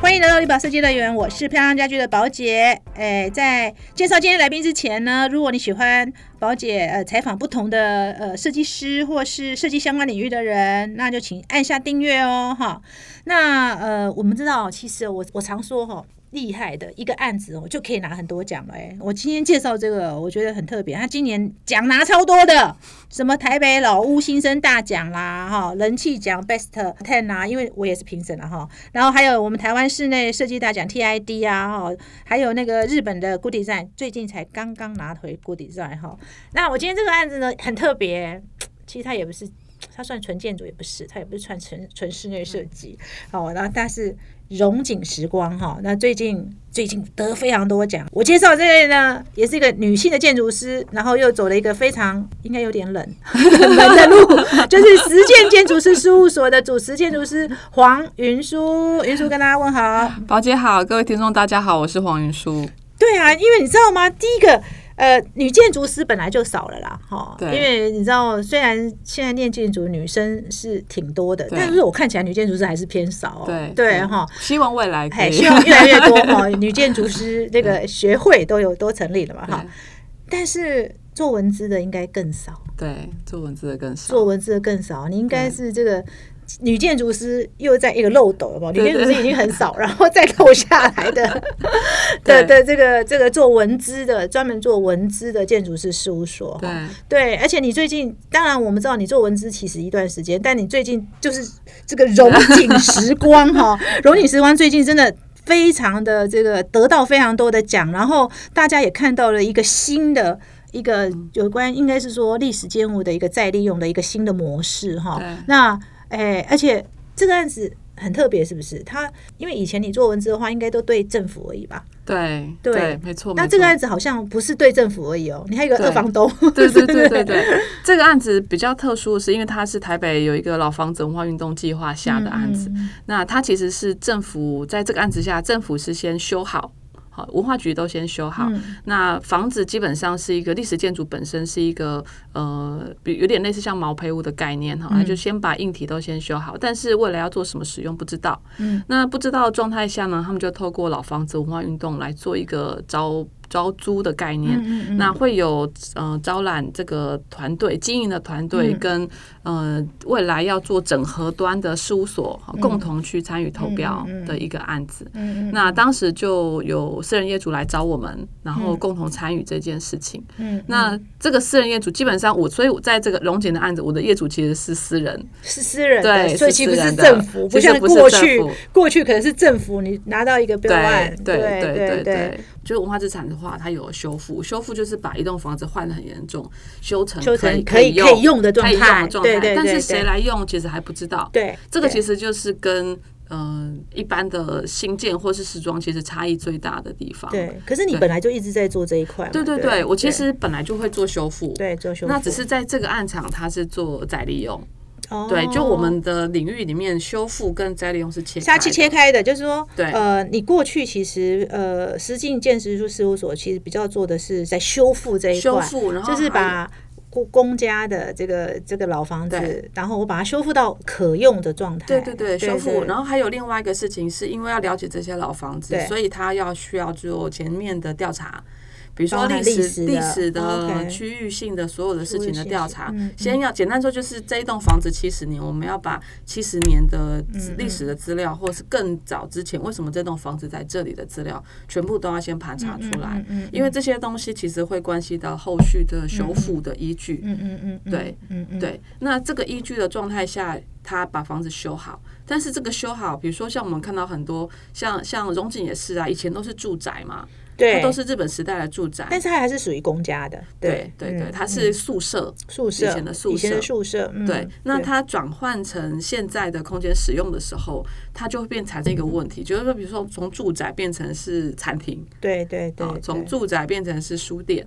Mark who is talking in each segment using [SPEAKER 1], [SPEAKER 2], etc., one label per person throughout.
[SPEAKER 1] 欢迎来到绿宝设计乐园，我是漂亮家居的宝姐。哎，在介绍今天来宾之前呢，如果你喜欢宝姐呃采访不同的呃设计师或是设计相关领域的人，那就请按下订阅哦哈。那呃，我们知道，其实我我常说哈、厉害的一个案子哦，就可以拿很多奖了。哎，我今天介绍这个，我觉得很特别，他今年奖拿超多的，什么台北老屋新生大奖啦，哈，人气奖 Best Ten 啊，因为我也是评审了哈。然后还有我们台湾室内设计大奖 TID 啊，哈，还有那个日本的 Good Design，最近才刚刚拿回 Good Design 哈。那我今天这个案子呢，很特别，其实它也不是。它算纯建筑也不是，它也不是算纯纯室内设计，好，然后但是荣景时光哈，那最近最近得非常多奖。我介绍这位呢，也是一个女性的建筑师，然后又走了一个非常应该有点冷冷门的路，就是实践建筑师事务所的主持建筑师黄云舒。云舒跟大家问好。
[SPEAKER 2] 宝姐好，各位听众大家好，我是黄云舒。
[SPEAKER 1] 对啊，因为你知道吗？第一个，呃，女建筑师本来就少了啦，哈。
[SPEAKER 2] 对
[SPEAKER 1] 因为你知道，虽然现在念建筑女生是挺多的，
[SPEAKER 2] 对
[SPEAKER 1] 但是我看起来女建筑师还是偏少、哦。
[SPEAKER 2] 对
[SPEAKER 1] 对哈。
[SPEAKER 2] 希望未来可
[SPEAKER 1] 哎，
[SPEAKER 2] 以
[SPEAKER 1] 希望越来越多哈，女建筑师这个学会都有都成立了嘛哈。但是做文字的应该更少，
[SPEAKER 2] 对对做文字的更少
[SPEAKER 1] 做。文字的更少。你应该是这个女建筑师又在一个漏斗，有没有？女
[SPEAKER 2] 对
[SPEAKER 1] 建筑师已经很少， 然后再漏下来的的
[SPEAKER 2] 对
[SPEAKER 1] 的这个这个做文资的，专门做文资的建筑师事务所。
[SPEAKER 2] 对
[SPEAKER 1] 哈对，而且你最近，当然我们知道你做文资其实一段时间，但你最近就是这个荣 景时光哈，荣景时光最近真的。非常的这个得到非常多的奖，然后大家也看到了一个新的一个
[SPEAKER 2] 嗯
[SPEAKER 1] 有关应该是说历史建物的一个再利用的一个新的模式哈
[SPEAKER 2] 对。
[SPEAKER 1] 那诶、而且这个案子很特别，是不是？它因为以前你做文字的话，应该都对政府而已吧？
[SPEAKER 2] 对
[SPEAKER 1] 对
[SPEAKER 2] 没错。
[SPEAKER 1] 那
[SPEAKER 2] 没
[SPEAKER 1] 这个
[SPEAKER 2] 错
[SPEAKER 1] 案子好像不是对政府而已哦，你还有一个
[SPEAKER 2] 对
[SPEAKER 1] 二房东。
[SPEAKER 2] 对对 对对对，这个案子比较特殊，是因为它是台北有一个老房子文化运动计划下的
[SPEAKER 1] 嗯
[SPEAKER 2] 案子。那它其实是政府在这个案子下，政府是先修好。好，文化局都先修好。那房子基本上是一个历史建筑，本身是一个呃，比有点类似像毛坯屋的概念哈，它就先把硬体都先修好，但是未来要做什么使用不知道。
[SPEAKER 1] 嗯，
[SPEAKER 2] 那不知道的状态下呢，他们就透过老房子文化运动来做一个招招租的概念。
[SPEAKER 1] 嗯嗯
[SPEAKER 2] 那会有呃招揽这个团队经营的团队
[SPEAKER 1] 嗯
[SPEAKER 2] 跟、呃未来要做整合端的事务所、呃共同去参与投标
[SPEAKER 1] 嗯嗯嗯
[SPEAKER 2] 的一个案子。
[SPEAKER 1] 嗯嗯
[SPEAKER 2] 那当时就有私人业主来找我们，然后共同参与这件事情。
[SPEAKER 1] 嗯，
[SPEAKER 2] 那这个私人业主基本上我，所以我在这个龙井的案子，我的业主其实是私人，
[SPEAKER 1] 是私人的，
[SPEAKER 2] 对
[SPEAKER 1] 所以
[SPEAKER 2] 是
[SPEAKER 1] 其实不
[SPEAKER 2] 私
[SPEAKER 1] 是
[SPEAKER 2] 人的
[SPEAKER 1] 政府，
[SPEAKER 2] 其实
[SPEAKER 1] 像
[SPEAKER 2] 不是
[SPEAKER 1] 过去
[SPEAKER 2] 政府，
[SPEAKER 1] 过去可能是政府你拿到一个标案，
[SPEAKER 2] 对
[SPEAKER 1] 对
[SPEAKER 2] 对
[SPEAKER 1] 对
[SPEAKER 2] 对，就是文化资产的话，它有修复，修复就是把一栋房子换的很严重，修成
[SPEAKER 1] 修成可
[SPEAKER 2] 可
[SPEAKER 1] 以
[SPEAKER 2] 以
[SPEAKER 1] 可以用的状
[SPEAKER 2] 可以用
[SPEAKER 1] 态
[SPEAKER 2] 的状
[SPEAKER 1] 对
[SPEAKER 2] 态
[SPEAKER 1] 对
[SPEAKER 2] 但
[SPEAKER 1] 对
[SPEAKER 2] 是
[SPEAKER 1] 对
[SPEAKER 2] 谁来用其实还不知道。
[SPEAKER 1] 对
[SPEAKER 2] 这个
[SPEAKER 1] 对
[SPEAKER 2] 其实就是跟嗯、呃一般的新建或是时装其实差异最大的地方。
[SPEAKER 1] 对。可是你
[SPEAKER 2] 对
[SPEAKER 1] 本来就一直在做这一块嘛，
[SPEAKER 2] 对对
[SPEAKER 1] 对
[SPEAKER 2] 对，我其实本来就会做修复，
[SPEAKER 1] 对做修复，
[SPEAKER 2] 那只是在这个案场它是做再利用，
[SPEAKER 1] 哦
[SPEAKER 2] 对，就我们的领域里面修复跟再利用是切开
[SPEAKER 1] 下期
[SPEAKER 2] 的
[SPEAKER 1] 切开的，就是说，
[SPEAKER 2] 对
[SPEAKER 1] 呃，你过去其实呃，实境建筑事务所其实比较做的是在修复这一块，
[SPEAKER 2] 修复，然后
[SPEAKER 1] 就是
[SPEAKER 2] 还有
[SPEAKER 1] 把公公家的这个这个老房子
[SPEAKER 2] 对，
[SPEAKER 1] 然后我把它修复到可用的状态，
[SPEAKER 2] 对对对，修复。然
[SPEAKER 1] 后
[SPEAKER 2] 后还有另外一个事情，是因为要了解这些老房子
[SPEAKER 1] 对，
[SPEAKER 2] 所以他要需要做前面的调查，比如
[SPEAKER 1] 包
[SPEAKER 2] 说
[SPEAKER 1] 含
[SPEAKER 2] 历
[SPEAKER 1] 历
[SPEAKER 2] 史
[SPEAKER 1] 史、的哦
[SPEAKER 2] 历史
[SPEAKER 1] OK
[SPEAKER 2] 的区域性的所有的事情的调查
[SPEAKER 1] 区域性嗯嗯。
[SPEAKER 2] 先要简单说，就是这一栋房子七十年，我们要把七十年的
[SPEAKER 1] 嗯
[SPEAKER 2] 资历史的资料，或是更早之前为什么这栋房子在这里的资料，全部都要先盘查出来
[SPEAKER 1] 嗯嗯嗯嗯，
[SPEAKER 2] 因为这些东西其实会关系到后续的修复的依据。
[SPEAKER 1] 嗯嗯嗯嗯，
[SPEAKER 2] 对
[SPEAKER 1] 嗯嗯，
[SPEAKER 2] 对，那这个依据的状态下，他把房子修好，但是这个修好，比如说像我们看到很多，像像荣景也是啊，以前都是住宅嘛，它
[SPEAKER 1] 对，
[SPEAKER 2] 都，是日本时代的住宅，
[SPEAKER 1] 但是它还是属于公家的，
[SPEAKER 2] 对对对，
[SPEAKER 1] 嗯
[SPEAKER 2] 它是宿舍，
[SPEAKER 1] 宿舍，
[SPEAKER 2] 以前的宿舍
[SPEAKER 1] 以前的宿舍，嗯
[SPEAKER 2] 对，那它转换成现在的空间使用的时候，它就会变产生一个问题，就是说，比如说从住宅变成是餐厅，
[SPEAKER 1] 对对对
[SPEAKER 2] 啊，，
[SPEAKER 1] 对
[SPEAKER 2] 从住宅变成是书店，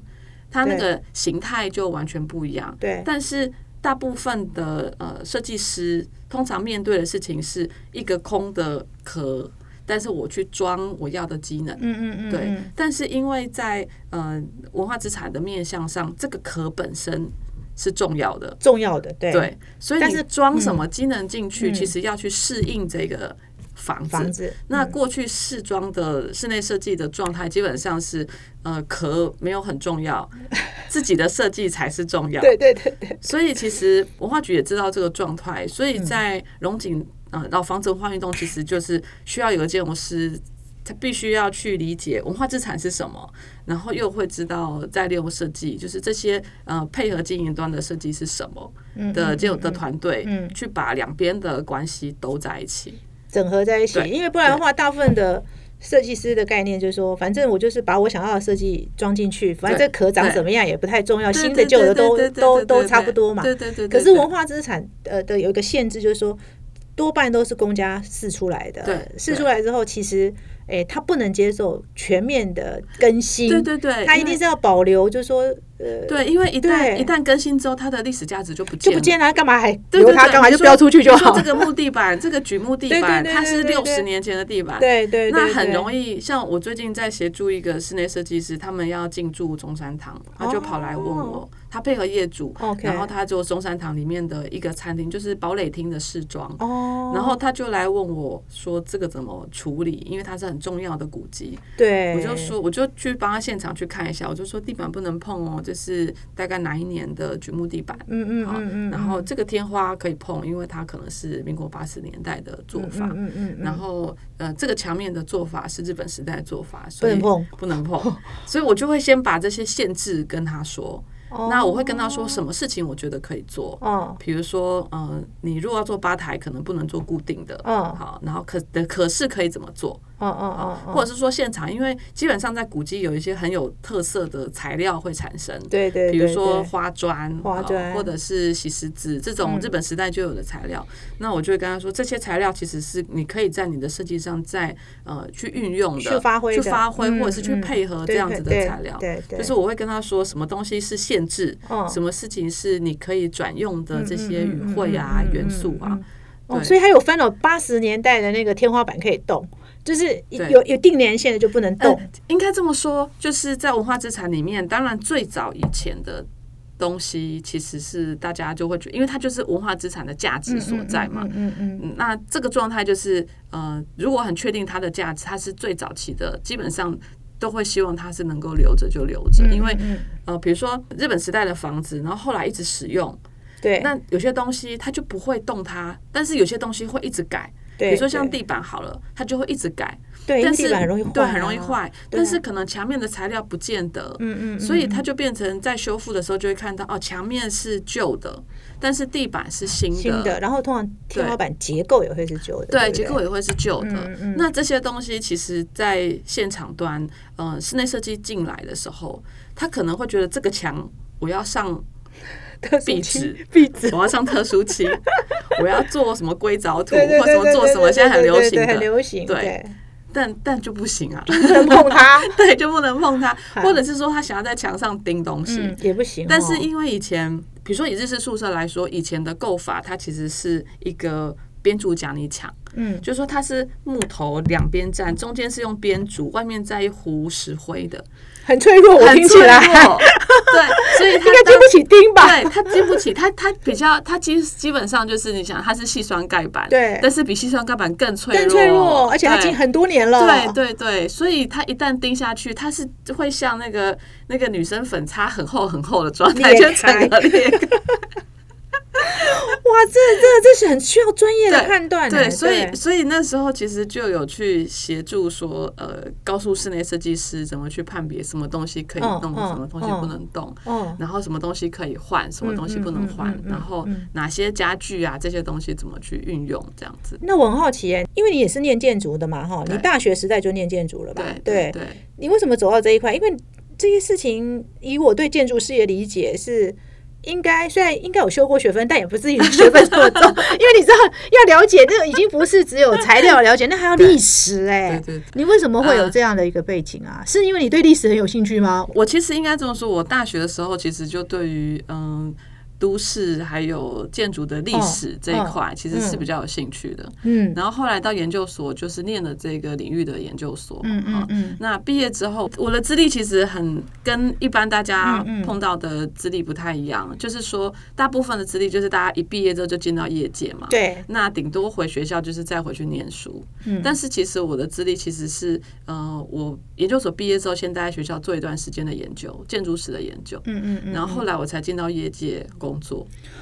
[SPEAKER 2] 它
[SPEAKER 1] 对
[SPEAKER 2] 那个形态就完全不一样。
[SPEAKER 1] 对
[SPEAKER 2] 但是大部分的呃设计师通常面对的事情是一个空的壳，但是我去装我要的机能。
[SPEAKER 1] 嗯嗯嗯，
[SPEAKER 2] 对
[SPEAKER 1] 嗯，
[SPEAKER 2] 但是因为在呃文化资产的面向上，这个壳本身是重要的，
[SPEAKER 1] 重要的，对
[SPEAKER 2] 对，所以
[SPEAKER 1] 但
[SPEAKER 2] 你
[SPEAKER 1] 是
[SPEAKER 2] 装什么机能进去，
[SPEAKER 1] 嗯
[SPEAKER 2] 其实要去适应这个房子。
[SPEAKER 1] 房子，嗯
[SPEAKER 2] 那过去试装的室内设计的状态，基本上是呃壳没有很重 要，自己的设计才是重要。
[SPEAKER 1] 对对对对，
[SPEAKER 2] 所以其实文化局也知道这个状态，所以
[SPEAKER 1] 嗯
[SPEAKER 2] 在龙井呃老房子文化运动，其实就是需要有个建筑师，他必须要去理解文化资产是什么，然后又会知道在利用设计，就是这些呃配合经营端的设计是什么
[SPEAKER 1] 嗯
[SPEAKER 2] 的
[SPEAKER 1] 嗯
[SPEAKER 2] 建筑的团队
[SPEAKER 1] 嗯，
[SPEAKER 2] 去把两边的关系都在一起。
[SPEAKER 1] 整合在一起，
[SPEAKER 2] 对
[SPEAKER 1] 因为不然的话，大部分的设计师的概念就是说，反正我就是把我想要的设计装进去，反正这壳长
[SPEAKER 2] 对
[SPEAKER 1] 怎么样也不太重要，新的
[SPEAKER 2] 对对
[SPEAKER 1] 旧的都
[SPEAKER 2] 对对对
[SPEAKER 1] 都
[SPEAKER 2] 对
[SPEAKER 1] 都
[SPEAKER 2] 对
[SPEAKER 1] 差不多嘛。
[SPEAKER 2] 对对对。
[SPEAKER 1] 可
[SPEAKER 2] 对
[SPEAKER 1] 是
[SPEAKER 2] 对
[SPEAKER 1] 文化资产呃的有一个限制，就是说多半都是公家试出来的，
[SPEAKER 2] 对对
[SPEAKER 1] 试出来之后，其实诶他不能接受全面的更新，
[SPEAKER 2] 对对对，
[SPEAKER 1] 他一
[SPEAKER 2] 因为
[SPEAKER 1] 定是要保留，就是说呃
[SPEAKER 2] 对，因为一旦
[SPEAKER 1] 对
[SPEAKER 2] 一旦更新之后，它的历史价值就不
[SPEAKER 1] 就
[SPEAKER 2] 见
[SPEAKER 1] 不
[SPEAKER 2] 了。
[SPEAKER 1] 见了，干嘛还
[SPEAKER 2] 对
[SPEAKER 1] 留
[SPEAKER 2] 对
[SPEAKER 1] 它，
[SPEAKER 2] 对，
[SPEAKER 1] 干嘛
[SPEAKER 2] 你
[SPEAKER 1] 就
[SPEAKER 2] 说
[SPEAKER 1] 不要出去就
[SPEAKER 2] 你说
[SPEAKER 1] 好
[SPEAKER 2] 这。个木 地板，这个榉木地
[SPEAKER 1] 对对
[SPEAKER 2] 板，
[SPEAKER 1] 对
[SPEAKER 2] 它
[SPEAKER 1] 对
[SPEAKER 2] 是
[SPEAKER 1] 对
[SPEAKER 2] 六
[SPEAKER 1] 对
[SPEAKER 2] 十年前的地板。
[SPEAKER 1] 对对，
[SPEAKER 2] 那很容
[SPEAKER 1] 易
[SPEAKER 2] 易，像我最近在协助一个室内设计师，他们要进驻中山堂，他就跑来问我，他配合业主
[SPEAKER 1] 哦 OK
[SPEAKER 2] 然后他做中山堂里面的一个餐厅，就是堡垒厅的试装
[SPEAKER 1] 哦。
[SPEAKER 2] 然后他就来问我说这个怎么处理，因为它是很重要的古迹，
[SPEAKER 1] 对，
[SPEAKER 2] 我就说我就去帮他现场去看一下，我就说地板不能碰哦，这是大概哪一年的榉木地板，
[SPEAKER 1] 嗯嗯
[SPEAKER 2] 好
[SPEAKER 1] 嗯嗯，
[SPEAKER 2] 然后这个天花可以碰，因为它可能是民国八十年代的做法。
[SPEAKER 1] 嗯嗯嗯，
[SPEAKER 2] 然后，呃，这个墙面的做法是日本时代的做法，
[SPEAKER 1] 不
[SPEAKER 2] 所以
[SPEAKER 1] 能碰。
[SPEAKER 2] 不能碰所以我就会先把这些限制跟他说。那我会跟他说什么事情我觉得可以做，
[SPEAKER 1] 哦，
[SPEAKER 2] 比如说，呃，你如果要做吧台，可能不能做固定的，
[SPEAKER 1] 嗯
[SPEAKER 2] 好，然后可的可是可以怎么做，
[SPEAKER 1] 哦哦哦哦，
[SPEAKER 2] 或者是说现场，因为基本上在古迹有一些很有特色的材料会产生，
[SPEAKER 1] 对对，
[SPEAKER 2] 比如
[SPEAKER 1] 对
[SPEAKER 2] 说
[SPEAKER 1] 对
[SPEAKER 2] 花砖、
[SPEAKER 1] 花
[SPEAKER 2] 啊
[SPEAKER 1] 砖嗯
[SPEAKER 2] 或者是洗石子这种日本时代就有的材料，那我就会跟他说，这些材料其实是你可以在你的设计上再呃去运用的、
[SPEAKER 1] 去发挥
[SPEAKER 2] 去
[SPEAKER 1] 的
[SPEAKER 2] 发挥，
[SPEAKER 1] 嗯
[SPEAKER 2] 或者是去
[SPEAKER 1] 嗯
[SPEAKER 2] 配合这
[SPEAKER 1] 对
[SPEAKER 2] 样
[SPEAKER 1] 对
[SPEAKER 2] 子的
[SPEAKER 1] 对
[SPEAKER 2] 材料。
[SPEAKER 1] 对对，
[SPEAKER 2] 就是我会跟他说，什么东西是限制，
[SPEAKER 1] 嗯
[SPEAKER 2] 什么事情是你可以转用的这些语汇啊、
[SPEAKER 1] 嗯嗯嗯嗯嗯嗯
[SPEAKER 2] 元素啊。
[SPEAKER 1] 哦，
[SPEAKER 2] 对
[SPEAKER 1] 所以还有分了八十年代的那个天花板可以动，就是
[SPEAKER 2] 对
[SPEAKER 1] 有有定年限的就不能动
[SPEAKER 2] 呃，应该这么说，就是在文化资产里面，当然最早以前的东西其实是大家就会觉得，因为它就是文化资产的价值所在嘛。
[SPEAKER 1] 嗯嗯
[SPEAKER 2] 呃嗯那这个状态就是，呃，如果很确定它的价值，它是最早期的，基本上都会希望它是能够留着就留着，
[SPEAKER 1] 嗯，
[SPEAKER 2] 因为
[SPEAKER 1] 嗯
[SPEAKER 2] 呃，比如说日本时代的房子，然后后来一直使用，
[SPEAKER 1] 对，
[SPEAKER 2] 那有些东西它就不会动它，但是有些东西会一直改，
[SPEAKER 1] 比
[SPEAKER 2] 比如说像地板好了，它就会一直改，
[SPEAKER 1] 对，因为
[SPEAKER 2] 但
[SPEAKER 1] 地
[SPEAKER 2] 是
[SPEAKER 1] 板很容易坏，啊
[SPEAKER 2] 对，很容易，坏，
[SPEAKER 1] 对
[SPEAKER 2] 但
[SPEAKER 1] 啊
[SPEAKER 2] 是可能墙面的材料不见得，
[SPEAKER 1] 嗯嗯，
[SPEAKER 2] 所以
[SPEAKER 1] 嗯
[SPEAKER 2] 它就变成在修复的时候就会看到哦，墙面是旧的，但是地板是新的，
[SPEAKER 1] 新的，然后通常天
[SPEAKER 2] 对
[SPEAKER 1] 花板结构也会是旧的，
[SPEAKER 2] 对，
[SPEAKER 1] 对，
[SPEAKER 2] 结 构。也会是旧的。
[SPEAKER 1] 嗯嗯
[SPEAKER 2] 那这些东西其实，在现场端，呃，室内设计进来的时候，他可能会觉得这个墙我要上 壁纸，
[SPEAKER 1] 壁纸，
[SPEAKER 2] 我要上特殊漆， 我要做什么硅藻土，
[SPEAKER 1] 对对
[SPEAKER 2] 或
[SPEAKER 1] 对
[SPEAKER 2] 什么
[SPEAKER 1] 对
[SPEAKER 2] 做
[SPEAKER 1] 对
[SPEAKER 2] 什么，
[SPEAKER 1] 对
[SPEAKER 2] 现在很
[SPEAKER 1] 对
[SPEAKER 2] 流
[SPEAKER 1] 对
[SPEAKER 2] 行
[SPEAKER 1] 对很
[SPEAKER 2] 的，
[SPEAKER 1] 流行，
[SPEAKER 2] 对
[SPEAKER 1] 对，
[SPEAKER 2] 但但就不行啊，
[SPEAKER 1] 不能碰它，
[SPEAKER 2] 对，就不能碰 它，或者是说他想要在墙上钉东西，
[SPEAKER 1] 嗯，也不行哦。
[SPEAKER 2] 但是因为以前，比如说以日式宿舍来说，以前的构法它其实是一个编组夹泥墙，
[SPEAKER 1] 嗯
[SPEAKER 2] 就是说它是木头两边站，中间是用编组，外面再一糊石灰的，
[SPEAKER 1] 很脆弱，我
[SPEAKER 2] 很
[SPEAKER 1] 听起
[SPEAKER 2] 脆
[SPEAKER 1] 来
[SPEAKER 2] 弱对，所以它
[SPEAKER 1] 应该经不起钉吧？
[SPEAKER 2] 对它经不起，它它比较它基基本上就是你想它是细酸盖板，
[SPEAKER 1] 对
[SPEAKER 2] 但是比细酸盖板更脆弱，
[SPEAKER 1] 更脆弱，而且它已
[SPEAKER 2] 对
[SPEAKER 1] 经很多年了。
[SPEAKER 2] 对对对，所以它一旦钉下去，它是会像那个那个女生粉擦很厚很厚的状态，
[SPEAKER 1] 裂
[SPEAKER 2] 就整个裂开。
[SPEAKER 1] 哇，这这这是很需要专业的判断的。 欸
[SPEAKER 2] 对，所以
[SPEAKER 1] 对
[SPEAKER 2] 所以那时候其实就有去协助说，呃，告诉室内设计师怎么去判别什么东西可以
[SPEAKER 1] 嗯
[SPEAKER 2] 动，
[SPEAKER 1] 嗯
[SPEAKER 2] 什么东西
[SPEAKER 1] 嗯
[SPEAKER 2] 不能动。
[SPEAKER 1] 哦，
[SPEAKER 2] 然后什么东西可以换，什么东西不
[SPEAKER 1] 嗯
[SPEAKER 2] 能
[SPEAKER 1] 嗯嗯
[SPEAKER 2] 换，
[SPEAKER 1] 嗯嗯
[SPEAKER 2] 然后哪些家具啊这些东西怎么去运用，这样子。
[SPEAKER 1] 那我很好奇耶，因为你也是念建筑的嘛，哈，
[SPEAKER 2] 对
[SPEAKER 1] 你大学时代就念建筑了吧？对，
[SPEAKER 2] 对对，
[SPEAKER 1] 你为什么走到这一块？因为这些事情，以我对建筑师的理解是。应该虽然应该有修过学分，但也不至于学分这么 重，因为你知道要了解，那已经不是只有材料了解，那还要历史哎、
[SPEAKER 2] 对对对
[SPEAKER 1] 你为什么会有这样的一个背景啊？是因为你对历史很有兴趣吗？
[SPEAKER 2] 我其实应该这么说，我大学的时候其实就对于嗯。都市还有建筑的历史这一块，其实是比较有兴趣的。
[SPEAKER 1] 哦嗯
[SPEAKER 2] 然后后来到研究所，就是念了这个领域的研究所。
[SPEAKER 1] 嗯
[SPEAKER 2] 啊
[SPEAKER 1] 嗯嗯
[SPEAKER 2] 那毕业之后，我的资历其实很跟一般大家
[SPEAKER 1] 嗯嗯
[SPEAKER 2] 碰到的资历不太一样，就是说大部分的资历就是大家一毕业之后就进到业界嘛，
[SPEAKER 1] 对，
[SPEAKER 2] 那顶多回学校就是再回去念书。
[SPEAKER 1] 嗯
[SPEAKER 2] 但是其实我的资历其实是，呃，我研究所毕业之后先待在学校做一段时间的研究，建筑史的研究，
[SPEAKER 1] 嗯嗯嗯，
[SPEAKER 2] 然后后来我才进到业界工作。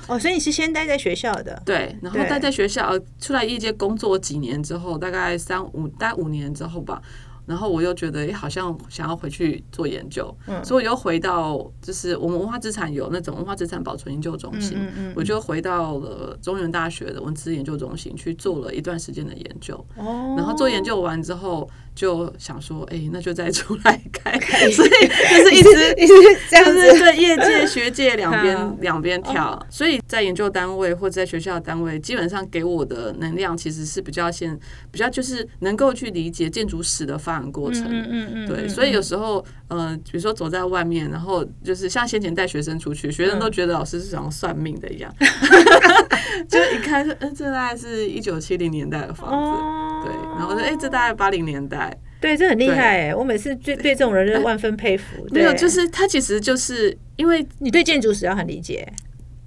[SPEAKER 1] 哦，所以你是先待在学校的，
[SPEAKER 2] 对，然后
[SPEAKER 1] 对
[SPEAKER 2] 待在学校，呃出来业界工作几年之后，大概三五待五年之后吧，然后我又觉得，诶好像想要回去做研究，
[SPEAKER 1] 嗯
[SPEAKER 2] 所以我又回到，就是我们文化资产有那种文化资产保存研究中心，
[SPEAKER 1] 嗯嗯
[SPEAKER 2] 我就回到了中原大学的文资研究中心去做了一段时间的研究，
[SPEAKER 1] 哦，
[SPEAKER 2] 然后做研究完之后，就想说，哎、那就再出来开，所以就是一直
[SPEAKER 1] 你是这样
[SPEAKER 2] 就
[SPEAKER 1] 子嗯哦
[SPEAKER 2] 是对业 界、学界两
[SPEAKER 1] 好
[SPEAKER 2] 边两边跳，所以在研究单位或者在学校单位，基本上给我的能量其实是比较先比较就是能够去理解建筑史的发展过程。
[SPEAKER 1] 嗯嗯嗯，
[SPEAKER 2] 对，
[SPEAKER 1] 嗯
[SPEAKER 2] 所以有时候，呃，比如说走在外面，然后就是像先前带学生出去，学生都
[SPEAKER 1] 嗯
[SPEAKER 2] 觉得老师是好像算命的 一样，就是一看说，嗯、这大概是一九七零年代的房子，
[SPEAKER 1] 哦，
[SPEAKER 2] 对，然后说，哎、这大概八零年代，
[SPEAKER 1] 对，这很厉害欸，我每次对对这种人就是万分佩服。
[SPEAKER 2] 哎没有，
[SPEAKER 1] 对
[SPEAKER 2] 就是它其实就是因为
[SPEAKER 1] 你对建筑史要很理解，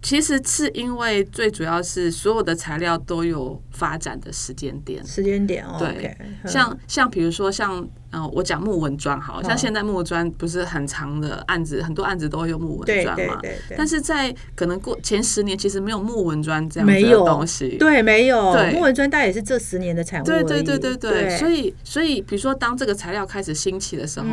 [SPEAKER 2] 其实是因为最主要是所有的材料都有发展的时间点，
[SPEAKER 1] 时间点哦，
[SPEAKER 2] 对
[SPEAKER 1] OK，嗯
[SPEAKER 2] 像像比如说像呃，我讲木纹砖好了，像现在木纹砖不是很长的案子，很多案子都有木纹
[SPEAKER 1] 对
[SPEAKER 2] 砖
[SPEAKER 1] 对
[SPEAKER 2] 嘛。
[SPEAKER 1] 对对，
[SPEAKER 2] 但是在可能过前十年，其实没有木纹砖这样子
[SPEAKER 1] 没
[SPEAKER 2] 的
[SPEAKER 1] 有
[SPEAKER 2] 东西。
[SPEAKER 1] 对没有
[SPEAKER 2] 对
[SPEAKER 1] 木纹砖，大概也是这十年的产物而
[SPEAKER 2] 对
[SPEAKER 1] 已，
[SPEAKER 2] 对对对对，所
[SPEAKER 1] 以
[SPEAKER 2] 以所以比如说，当这个材料开始兴起的时候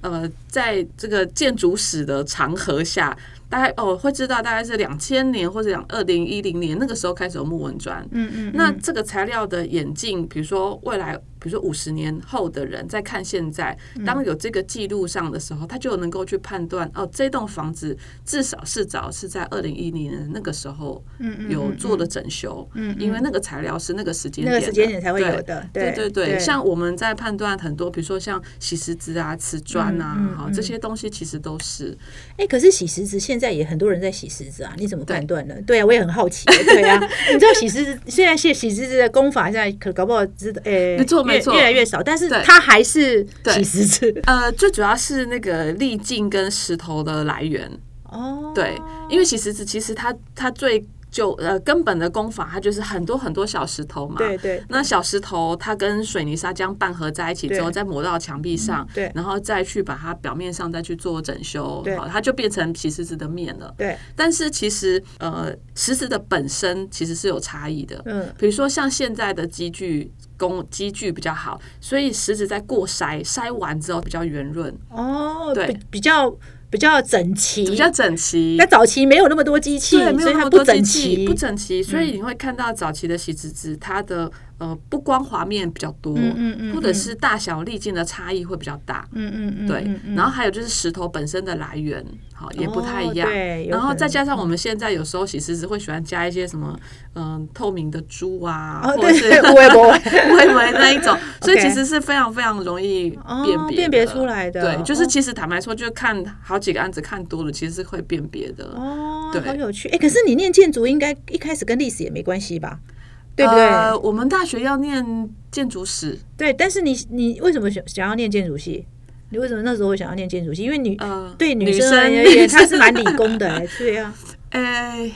[SPEAKER 1] 嗯，
[SPEAKER 2] 呃，在这个建筑史的长河下，大概哦会知道大概是两千年或者两二零一零年那个时候开始有木纹砖，
[SPEAKER 1] 嗯嗯，
[SPEAKER 2] 那这个材料的演进，比如说未来，比如说五十年后的人在看现在，
[SPEAKER 1] 嗯
[SPEAKER 2] 当有这个记录上的时候，他就能够去判断哦，这栋房子至少是早是在二零一零年那个时候有做的整修，
[SPEAKER 1] 嗯嗯
[SPEAKER 2] 因为那个材料是那个时间
[SPEAKER 1] 那个时
[SPEAKER 2] 的
[SPEAKER 1] 间点才会
[SPEAKER 2] 对
[SPEAKER 1] 有的，
[SPEAKER 2] 对
[SPEAKER 1] 对
[SPEAKER 2] 对对，像我们在判断很多，比如说像洗石子啊、瓷砖啊，
[SPEAKER 1] 嗯嗯
[SPEAKER 2] 好、
[SPEAKER 1] 嗯
[SPEAKER 2] 这些东西其实都是
[SPEAKER 1] 哎，可是洗石子现在也很多人在洗石子啊，你怎么判断呢？对啊，我也很好奇。对啊， 你知道洗石子虽然现在洗石子的功法现在可搞不好知道，哎，
[SPEAKER 2] 没错没
[SPEAKER 1] 越
[SPEAKER 2] 错
[SPEAKER 1] 越来越少，但是
[SPEAKER 2] 对
[SPEAKER 1] 它还是
[SPEAKER 2] 对
[SPEAKER 1] 洗石子
[SPEAKER 2] 呃，最主要是那个粒径跟石头的来源。
[SPEAKER 1] 哦，
[SPEAKER 2] 对，因为洗石子其实它它最就呃根本的功法，它就是很多很多小石头嘛。
[SPEAKER 1] 对对
[SPEAKER 2] 那小石头它跟水泥砂浆拌合在一起之后，
[SPEAKER 1] 对嗯
[SPEAKER 2] 再抹到墙壁上，
[SPEAKER 1] 对
[SPEAKER 2] 然后再去把它表面上再去做整修，
[SPEAKER 1] 对
[SPEAKER 2] 好，它就变成洗石子的面了。
[SPEAKER 1] 对，
[SPEAKER 2] 但是其实呃，石子的本身其实是有差异的。
[SPEAKER 1] 嗯
[SPEAKER 2] 比如说像现在的机具工机具比较好，所以石子在过筛筛完之后比较圆润，
[SPEAKER 1] 哦，
[SPEAKER 2] 对
[SPEAKER 1] 比比较比较整齐，
[SPEAKER 2] 比较整齐。
[SPEAKER 1] 那早期没有那么多机器，
[SPEAKER 2] 对，没
[SPEAKER 1] 所
[SPEAKER 2] 有
[SPEAKER 1] 以
[SPEAKER 2] 那
[SPEAKER 1] 它
[SPEAKER 2] 么多
[SPEAKER 1] 整
[SPEAKER 2] 机
[SPEAKER 1] 齐，嗯
[SPEAKER 2] 器，不整齐，所以你会看到早期的洗子子，它的呃不光滑面比较多，
[SPEAKER 1] 嗯嗯嗯
[SPEAKER 2] 或者是大小粒径的差异会比较大。
[SPEAKER 1] 嗯嗯嗯，
[SPEAKER 2] 对，
[SPEAKER 1] 嗯嗯
[SPEAKER 2] 然后还有就是石头本身的来源，好也不太一样。
[SPEAKER 1] 哦对有
[SPEAKER 2] 然后
[SPEAKER 1] 可能嗯
[SPEAKER 2] 再加上我们现在有时候洗石子会喜欢加一些什么，嗯、透明的珠啊，
[SPEAKER 1] 哦
[SPEAKER 2] 或者是
[SPEAKER 1] 对， 不会不 会，
[SPEAKER 2] 微微 那一种，所以
[SPEAKER 1] OK
[SPEAKER 2] 其实是非常非常容易
[SPEAKER 1] 哦
[SPEAKER 2] 辨别、
[SPEAKER 1] 辨别出来的
[SPEAKER 2] 对，就是
[SPEAKER 1] 哦
[SPEAKER 2] 其实坦白说，就看好几个案子看多了，其实是会辨别的。
[SPEAKER 1] 哦，
[SPEAKER 2] 对
[SPEAKER 1] 好有趣。哎、可是你念建筑应该一开始跟历史也没关系吧？对不对？
[SPEAKER 2] 呃，我们大学要念建筑史，
[SPEAKER 1] 对，但是你你为什么想想要念建筑系？你为什么那时候会想要念建筑系？因为女、
[SPEAKER 2] 呃，
[SPEAKER 1] 对
[SPEAKER 2] 女
[SPEAKER 1] 生而
[SPEAKER 2] 女
[SPEAKER 1] 言， 她
[SPEAKER 2] 生
[SPEAKER 1] 是蛮理工的、哎对呀、
[SPEAKER 2] 呃，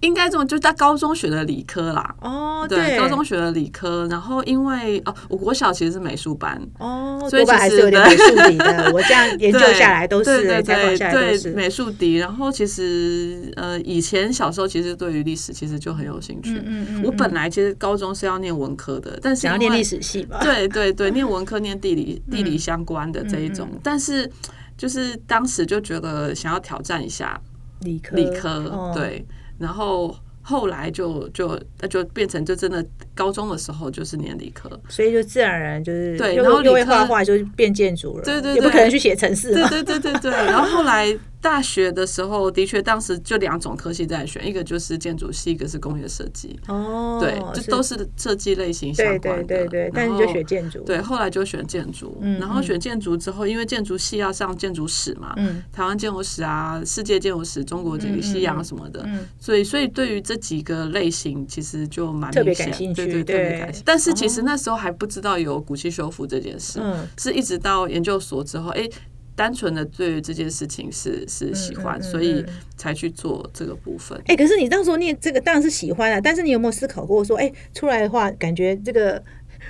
[SPEAKER 2] 应该这么，就是在高中学的理科啦。
[SPEAKER 1] 哦，
[SPEAKER 2] 对，高中
[SPEAKER 1] 中
[SPEAKER 2] 学的理科，然后因为哦，我国小其实是美术班，
[SPEAKER 1] 哦，
[SPEAKER 2] 所以
[SPEAKER 1] 多半
[SPEAKER 2] 其
[SPEAKER 1] 还是
[SPEAKER 2] 实
[SPEAKER 1] 有点美术底的。我这样研究
[SPEAKER 2] 对
[SPEAKER 1] 下来都是，
[SPEAKER 2] 对
[SPEAKER 1] 哎采访
[SPEAKER 2] 对
[SPEAKER 1] 下来都
[SPEAKER 2] 对
[SPEAKER 1] 是
[SPEAKER 2] 对，美术底。然后其实呃，以前小时候其实对于历史其实就很有兴趣。
[SPEAKER 1] 嗯嗯嗯
[SPEAKER 2] 我本来其实高中是要念文科的，但是
[SPEAKER 1] 想要
[SPEAKER 2] 因
[SPEAKER 1] 念
[SPEAKER 2] 为
[SPEAKER 1] 历史嗯系吧？
[SPEAKER 2] 对对对，念文科、念 地理、地理相关的这一
[SPEAKER 1] 嗯
[SPEAKER 2] 种，但是就是当时就觉得想要挑战一下
[SPEAKER 1] 理科
[SPEAKER 2] 理科，
[SPEAKER 1] 哦
[SPEAKER 2] 对，然后后来就就那就变成就真的高中的时候就是念理科，
[SPEAKER 1] 所以就自然而然就是
[SPEAKER 2] 对
[SPEAKER 1] 又
[SPEAKER 2] 然后
[SPEAKER 1] 又会
[SPEAKER 2] 理科
[SPEAKER 1] 画画，就是变建筑了，
[SPEAKER 2] 对对
[SPEAKER 1] 也不
[SPEAKER 2] 对
[SPEAKER 1] 可能去写城市
[SPEAKER 2] 对
[SPEAKER 1] 嘛，
[SPEAKER 2] 对对对对。然后后来大学的时候，的确当时就两种科系在选，一个就是建筑系，一个是工业设计。
[SPEAKER 1] 哦，
[SPEAKER 2] 对，这
[SPEAKER 1] 是
[SPEAKER 2] 都是设计类型相
[SPEAKER 1] 对
[SPEAKER 2] 关
[SPEAKER 1] 对
[SPEAKER 2] 的。
[SPEAKER 1] 对对，但
[SPEAKER 2] 然
[SPEAKER 1] 是
[SPEAKER 2] 后
[SPEAKER 1] 就学建筑，
[SPEAKER 2] 对，后来就选建筑，
[SPEAKER 1] 嗯
[SPEAKER 2] 然后
[SPEAKER 1] 嗯
[SPEAKER 2] 选建筑之后，因为建筑系要上建筑史嘛，
[SPEAKER 1] 嗯
[SPEAKER 2] 台湾建筑史啊、世界建筑史、中国这
[SPEAKER 1] 嗯嗯
[SPEAKER 2] 个西洋
[SPEAKER 1] 嗯
[SPEAKER 2] 什么的，
[SPEAKER 1] 嗯，
[SPEAKER 2] 所以所以对于这几个类型其实就蛮
[SPEAKER 1] 特别
[SPEAKER 2] 明显
[SPEAKER 1] 感兴趣
[SPEAKER 2] 对对，特
[SPEAKER 1] 对哦
[SPEAKER 2] 别感兴趣。但是其实那时候还不知道有骨气修复这件事，
[SPEAKER 1] 嗯
[SPEAKER 2] 是一直到研究所之后，哎、单纯的对于这件事情是是喜欢，
[SPEAKER 1] 嗯嗯
[SPEAKER 2] 所以
[SPEAKER 1] 嗯
[SPEAKER 2] 才去做这个部分。
[SPEAKER 1] 哎、可是你到时候念这个当然是喜欢啊，但是你有没有思考过说，哎、出来的话感觉这个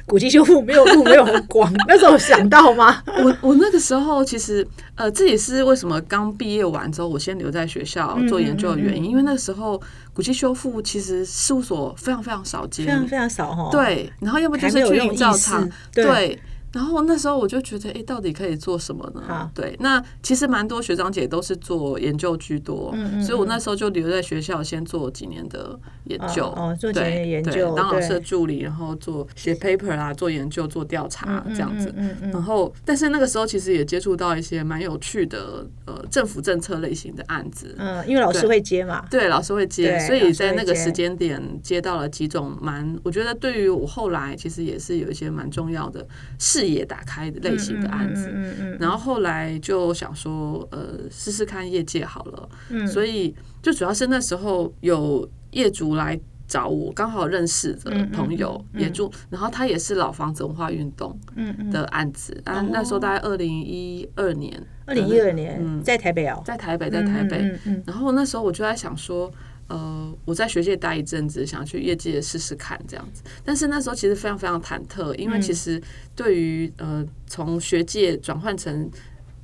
[SPEAKER 1] 古迹修复没有路没有很 广，那时候有想到吗？
[SPEAKER 2] 我我那个时候其实呃，这也是为什么刚毕业完之后，我先留在学校
[SPEAKER 1] 嗯
[SPEAKER 2] 做研究的原因，
[SPEAKER 1] 嗯嗯
[SPEAKER 2] 因为那时候古迹修复其实事务所非常非常少
[SPEAKER 1] 非
[SPEAKER 2] 接，
[SPEAKER 1] 常非常少哈。，
[SPEAKER 2] 对，然后要不就
[SPEAKER 1] 还没
[SPEAKER 2] 是
[SPEAKER 1] 有
[SPEAKER 2] 去
[SPEAKER 1] 用
[SPEAKER 2] 营造
[SPEAKER 1] 意识
[SPEAKER 2] 厂，
[SPEAKER 1] 对
[SPEAKER 2] 然后那时候我就觉得，哎、到底可以做什么
[SPEAKER 1] 好
[SPEAKER 2] 呢？对，那其实蛮多学长姐都是做研究居多，
[SPEAKER 1] 嗯嗯
[SPEAKER 2] 所以我那时候就留在学校先做几年的研究，
[SPEAKER 1] 哦哦做几
[SPEAKER 2] 对
[SPEAKER 1] 年的研
[SPEAKER 2] 对
[SPEAKER 1] 究
[SPEAKER 2] 当老
[SPEAKER 1] 对
[SPEAKER 2] 师的助理，然后做写 paper 啊，做研究、做调查、
[SPEAKER 1] 嗯嗯
[SPEAKER 2] 这样子。
[SPEAKER 1] 嗯嗯
[SPEAKER 2] 然
[SPEAKER 1] 嗯
[SPEAKER 2] 后，但是那个时候其实也接触到一些蛮有趣的呃政府政策类型的案子，
[SPEAKER 1] 嗯，因为老师
[SPEAKER 2] 对
[SPEAKER 1] 会接嘛，
[SPEAKER 2] 对，老师会接，
[SPEAKER 1] 对
[SPEAKER 2] 所
[SPEAKER 1] 老
[SPEAKER 2] 以
[SPEAKER 1] 师会
[SPEAKER 2] 在那个
[SPEAKER 1] 接
[SPEAKER 2] 时间点接到了几种蛮，我觉得对于我后来其实也是有一些蛮重要的视野打开的类型的案子。
[SPEAKER 1] 嗯嗯嗯
[SPEAKER 2] 然后后来就想说，呃，试试看业界好了。
[SPEAKER 1] 嗯，
[SPEAKER 2] 所以就主要是那时候有业主来找我，刚好认识的
[SPEAKER 1] 嗯嗯
[SPEAKER 2] 朋友
[SPEAKER 1] 嗯
[SPEAKER 2] 也住，然后他也是老房子文化运动
[SPEAKER 1] 嗯嗯，
[SPEAKER 2] 的案子。啊，那时候大概二零一二年，
[SPEAKER 1] 二零一二年、
[SPEAKER 2] 嗯
[SPEAKER 1] 在台北哦，
[SPEAKER 2] 在台北，在台北。
[SPEAKER 1] 嗯嗯嗯
[SPEAKER 2] 然后那时候我就在想说，呃，我在学界待一阵子，想去业界试试看这样子。但是那时候其实非常非常忐忑，因
[SPEAKER 1] 嗯
[SPEAKER 2] 为其实对于呃从学界转换成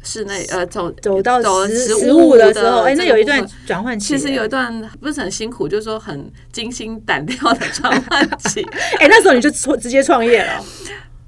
[SPEAKER 2] 室内呃走
[SPEAKER 1] 走到
[SPEAKER 2] 走
[SPEAKER 1] 实
[SPEAKER 2] 实
[SPEAKER 1] 实物的
[SPEAKER 2] 的
[SPEAKER 1] 时候，哎、
[SPEAKER 2] 这
[SPEAKER 1] 那
[SPEAKER 2] 个
[SPEAKER 1] 有一
[SPEAKER 2] 部
[SPEAKER 1] 段
[SPEAKER 2] 分
[SPEAKER 1] 转换期
[SPEAKER 2] 其
[SPEAKER 1] 耶，
[SPEAKER 2] 实有一段不是很辛苦，就是说很惊心胆跳的转换 期。
[SPEAKER 1] 哎、那时候你就创直接创业了，哦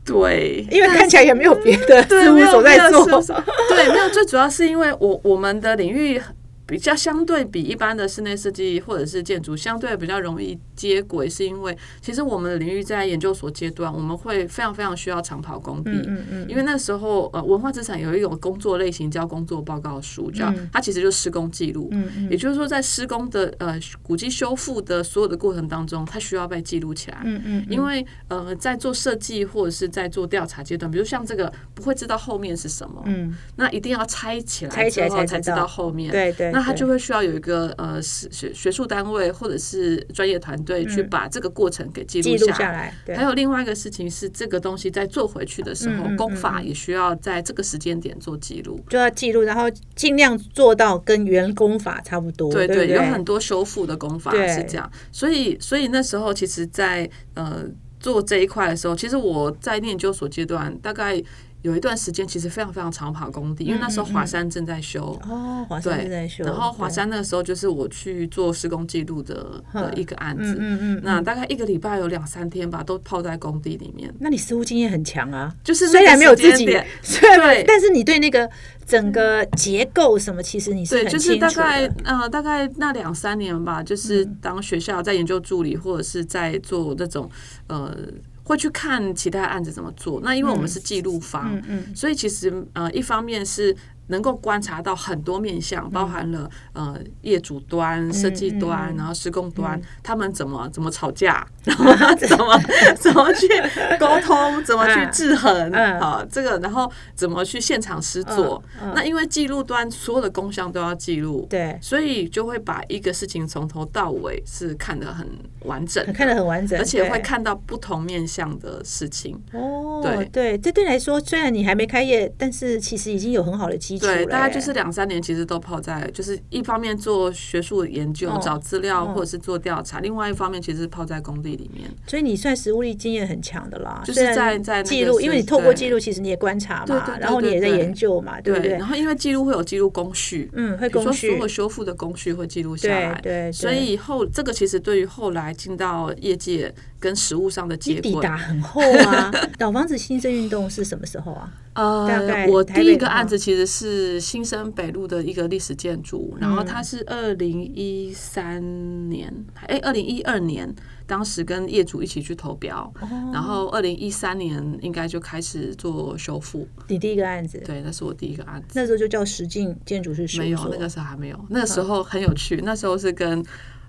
[SPEAKER 2] 对，
[SPEAKER 1] 因为看起来也没有别的
[SPEAKER 2] 对，
[SPEAKER 1] 事务
[SPEAKER 2] 没有
[SPEAKER 1] 所在做，。
[SPEAKER 2] 没有事务所对，没有，最主要是因为我 我们的领域比较相对比一般的室内设计或者是建筑相对比较容易接轨，是因为其实我们的领域在研究所阶段，我们会非常非常需要长跑工地。
[SPEAKER 1] 嗯嗯嗯，
[SPEAKER 2] 因为那时候，呃，文化资产有一种工作类型叫工作报告书，叫、
[SPEAKER 1] 嗯
[SPEAKER 2] 它其实就是施工记录。
[SPEAKER 1] 嗯嗯
[SPEAKER 2] 也就是说，在施工的呃古迹修复的所有的过程当中，它需要被记录起来。
[SPEAKER 1] 嗯嗯，
[SPEAKER 2] 因为呃，在做设计或者是在做调查阶段，比如像这个不会知道后面是什么，
[SPEAKER 1] 嗯，
[SPEAKER 2] 那一定要拆起
[SPEAKER 1] 拆
[SPEAKER 2] 来
[SPEAKER 1] 起
[SPEAKER 2] 之
[SPEAKER 1] 来才
[SPEAKER 2] 后才
[SPEAKER 1] 知
[SPEAKER 2] 知
[SPEAKER 1] 道
[SPEAKER 2] 道后面。
[SPEAKER 1] 对对，
[SPEAKER 2] 那他
[SPEAKER 1] 对
[SPEAKER 2] 就会需要有一个呃是学学术单位或者是专业团队去
[SPEAKER 1] 嗯
[SPEAKER 2] 把这个过程给记
[SPEAKER 1] 记
[SPEAKER 2] 录
[SPEAKER 1] 录
[SPEAKER 2] 下
[SPEAKER 1] 下
[SPEAKER 2] 来。哎
[SPEAKER 1] 来，对
[SPEAKER 2] 还，有另外一个事情是，这个东西在做回去的时候，
[SPEAKER 1] 嗯嗯
[SPEAKER 2] 工法
[SPEAKER 1] 嗯
[SPEAKER 2] 也需要在这个时间点做记录。
[SPEAKER 1] 就要记录，然后尽量做到跟员工法差不多，
[SPEAKER 2] 对
[SPEAKER 1] 对不
[SPEAKER 2] 有很多修复的功法
[SPEAKER 1] 对
[SPEAKER 2] 是这样，所以所以那时候其实在，呃做这一块的时候，其实我在念研究所阶段，大概有一段时间其实非常非常长跑工地，因为那时候华山正在修。
[SPEAKER 1] 嗯哦，华山正在
[SPEAKER 2] 对
[SPEAKER 1] 修，，
[SPEAKER 2] 然后华
[SPEAKER 1] 对，
[SPEAKER 2] 山那个时候就是我去做施工记录的的一个案
[SPEAKER 1] 嗯
[SPEAKER 2] 子，
[SPEAKER 1] 嗯嗯，
[SPEAKER 2] 那大概一个礼拜有两三天吧，都泡在工地里面，
[SPEAKER 1] 那你似乎经验很强啊，
[SPEAKER 2] 就是那个
[SPEAKER 1] 虽然没有自
[SPEAKER 2] 时
[SPEAKER 1] 己
[SPEAKER 2] 间点，
[SPEAKER 1] 虽然没有
[SPEAKER 2] 对嗯
[SPEAKER 1] 但是你对那个整个结构什么，其实你是
[SPEAKER 2] 对，
[SPEAKER 1] 很
[SPEAKER 2] 就是
[SPEAKER 1] 清
[SPEAKER 2] 大
[SPEAKER 1] 楚
[SPEAKER 2] 概
[SPEAKER 1] 的，嗯
[SPEAKER 2] 呃，大概那两三年吧，就是当学校在研究助理或者是在做这种呃，会去看其他案子怎么做。那因为我们是记录方，
[SPEAKER 1] 嗯嗯
[SPEAKER 2] 所以其实呃，一方面是能够观察到很多面向，
[SPEAKER 1] 嗯
[SPEAKER 2] 包含了呃业主端、设计端，然后施工
[SPEAKER 1] 嗯
[SPEAKER 2] 端，他们怎么怎么 吵架，然后怎么怎么去沟通，怎么去
[SPEAKER 1] 嗯
[SPEAKER 2] 制衡
[SPEAKER 1] 嗯
[SPEAKER 2] 啊，这个，然后怎么去现场施作。
[SPEAKER 1] 嗯
[SPEAKER 2] 那因为记录端所有的工项都要记录，
[SPEAKER 1] 对，
[SPEAKER 2] 所以就会把一个事情从头到尾是看得很完整的，
[SPEAKER 1] 看得很完整，
[SPEAKER 2] 而且会
[SPEAKER 1] 对
[SPEAKER 2] 看到不同面向的事情。
[SPEAKER 1] 哦，
[SPEAKER 2] 对
[SPEAKER 1] 对，这对你来说，虽然你还没开业，但是其实已经有很好的基础了耶。
[SPEAKER 2] 对，大概就是两三年，其实都泡在，就是一方面做学术研究、
[SPEAKER 1] 哦
[SPEAKER 2] 找资料
[SPEAKER 1] 哦
[SPEAKER 2] 或者是做调查，另外一方面其实是泡在工地里面。
[SPEAKER 1] 所以你算实务力经验很强的啦，
[SPEAKER 2] 就是
[SPEAKER 1] 虽然
[SPEAKER 2] 在在那个
[SPEAKER 1] 记录，
[SPEAKER 2] 是
[SPEAKER 1] 因为你透过
[SPEAKER 2] 对
[SPEAKER 1] 记录，其实你也观察
[SPEAKER 2] 对
[SPEAKER 1] 嘛，
[SPEAKER 2] 对对
[SPEAKER 1] 然后你也在
[SPEAKER 2] 对对
[SPEAKER 1] 研究嘛，对不对？
[SPEAKER 2] 然后因为记录会有记录工序，
[SPEAKER 1] 嗯，会
[SPEAKER 2] 比如
[SPEAKER 1] 工
[SPEAKER 2] 说所
[SPEAKER 1] 序
[SPEAKER 2] 有，修复的工序会记录下
[SPEAKER 1] 对
[SPEAKER 2] 来。
[SPEAKER 1] 对，对
[SPEAKER 2] 所以后这个其实对于后来进到业界跟实物上的
[SPEAKER 1] 你
[SPEAKER 2] 接
[SPEAKER 1] 底
[SPEAKER 2] 轨。
[SPEAKER 1] 打很厚 啊。老房子新生运动是什么时候啊？大概
[SPEAKER 2] 呃，我
[SPEAKER 1] 台
[SPEAKER 2] 第
[SPEAKER 1] 北
[SPEAKER 2] 一
[SPEAKER 1] 的
[SPEAKER 2] 个案
[SPEAKER 1] 话
[SPEAKER 2] 子其实是新生北路的一个历史建筑，然后
[SPEAKER 1] 嗯
[SPEAKER 2] 它是二零一三年，哎、二零一二年，当时跟业主一起去投标，
[SPEAKER 1] 哦
[SPEAKER 2] 然后二零一三年应该就开始做修复。
[SPEAKER 1] 你第一个案子，
[SPEAKER 2] 对，那是我第一个案子。
[SPEAKER 1] 那时候就叫实境建筑师事
[SPEAKER 2] 没
[SPEAKER 1] 务
[SPEAKER 2] 有，
[SPEAKER 1] 所
[SPEAKER 2] 那个时候还没有。
[SPEAKER 1] 嗯
[SPEAKER 2] 那个时候很有趣，那时候是跟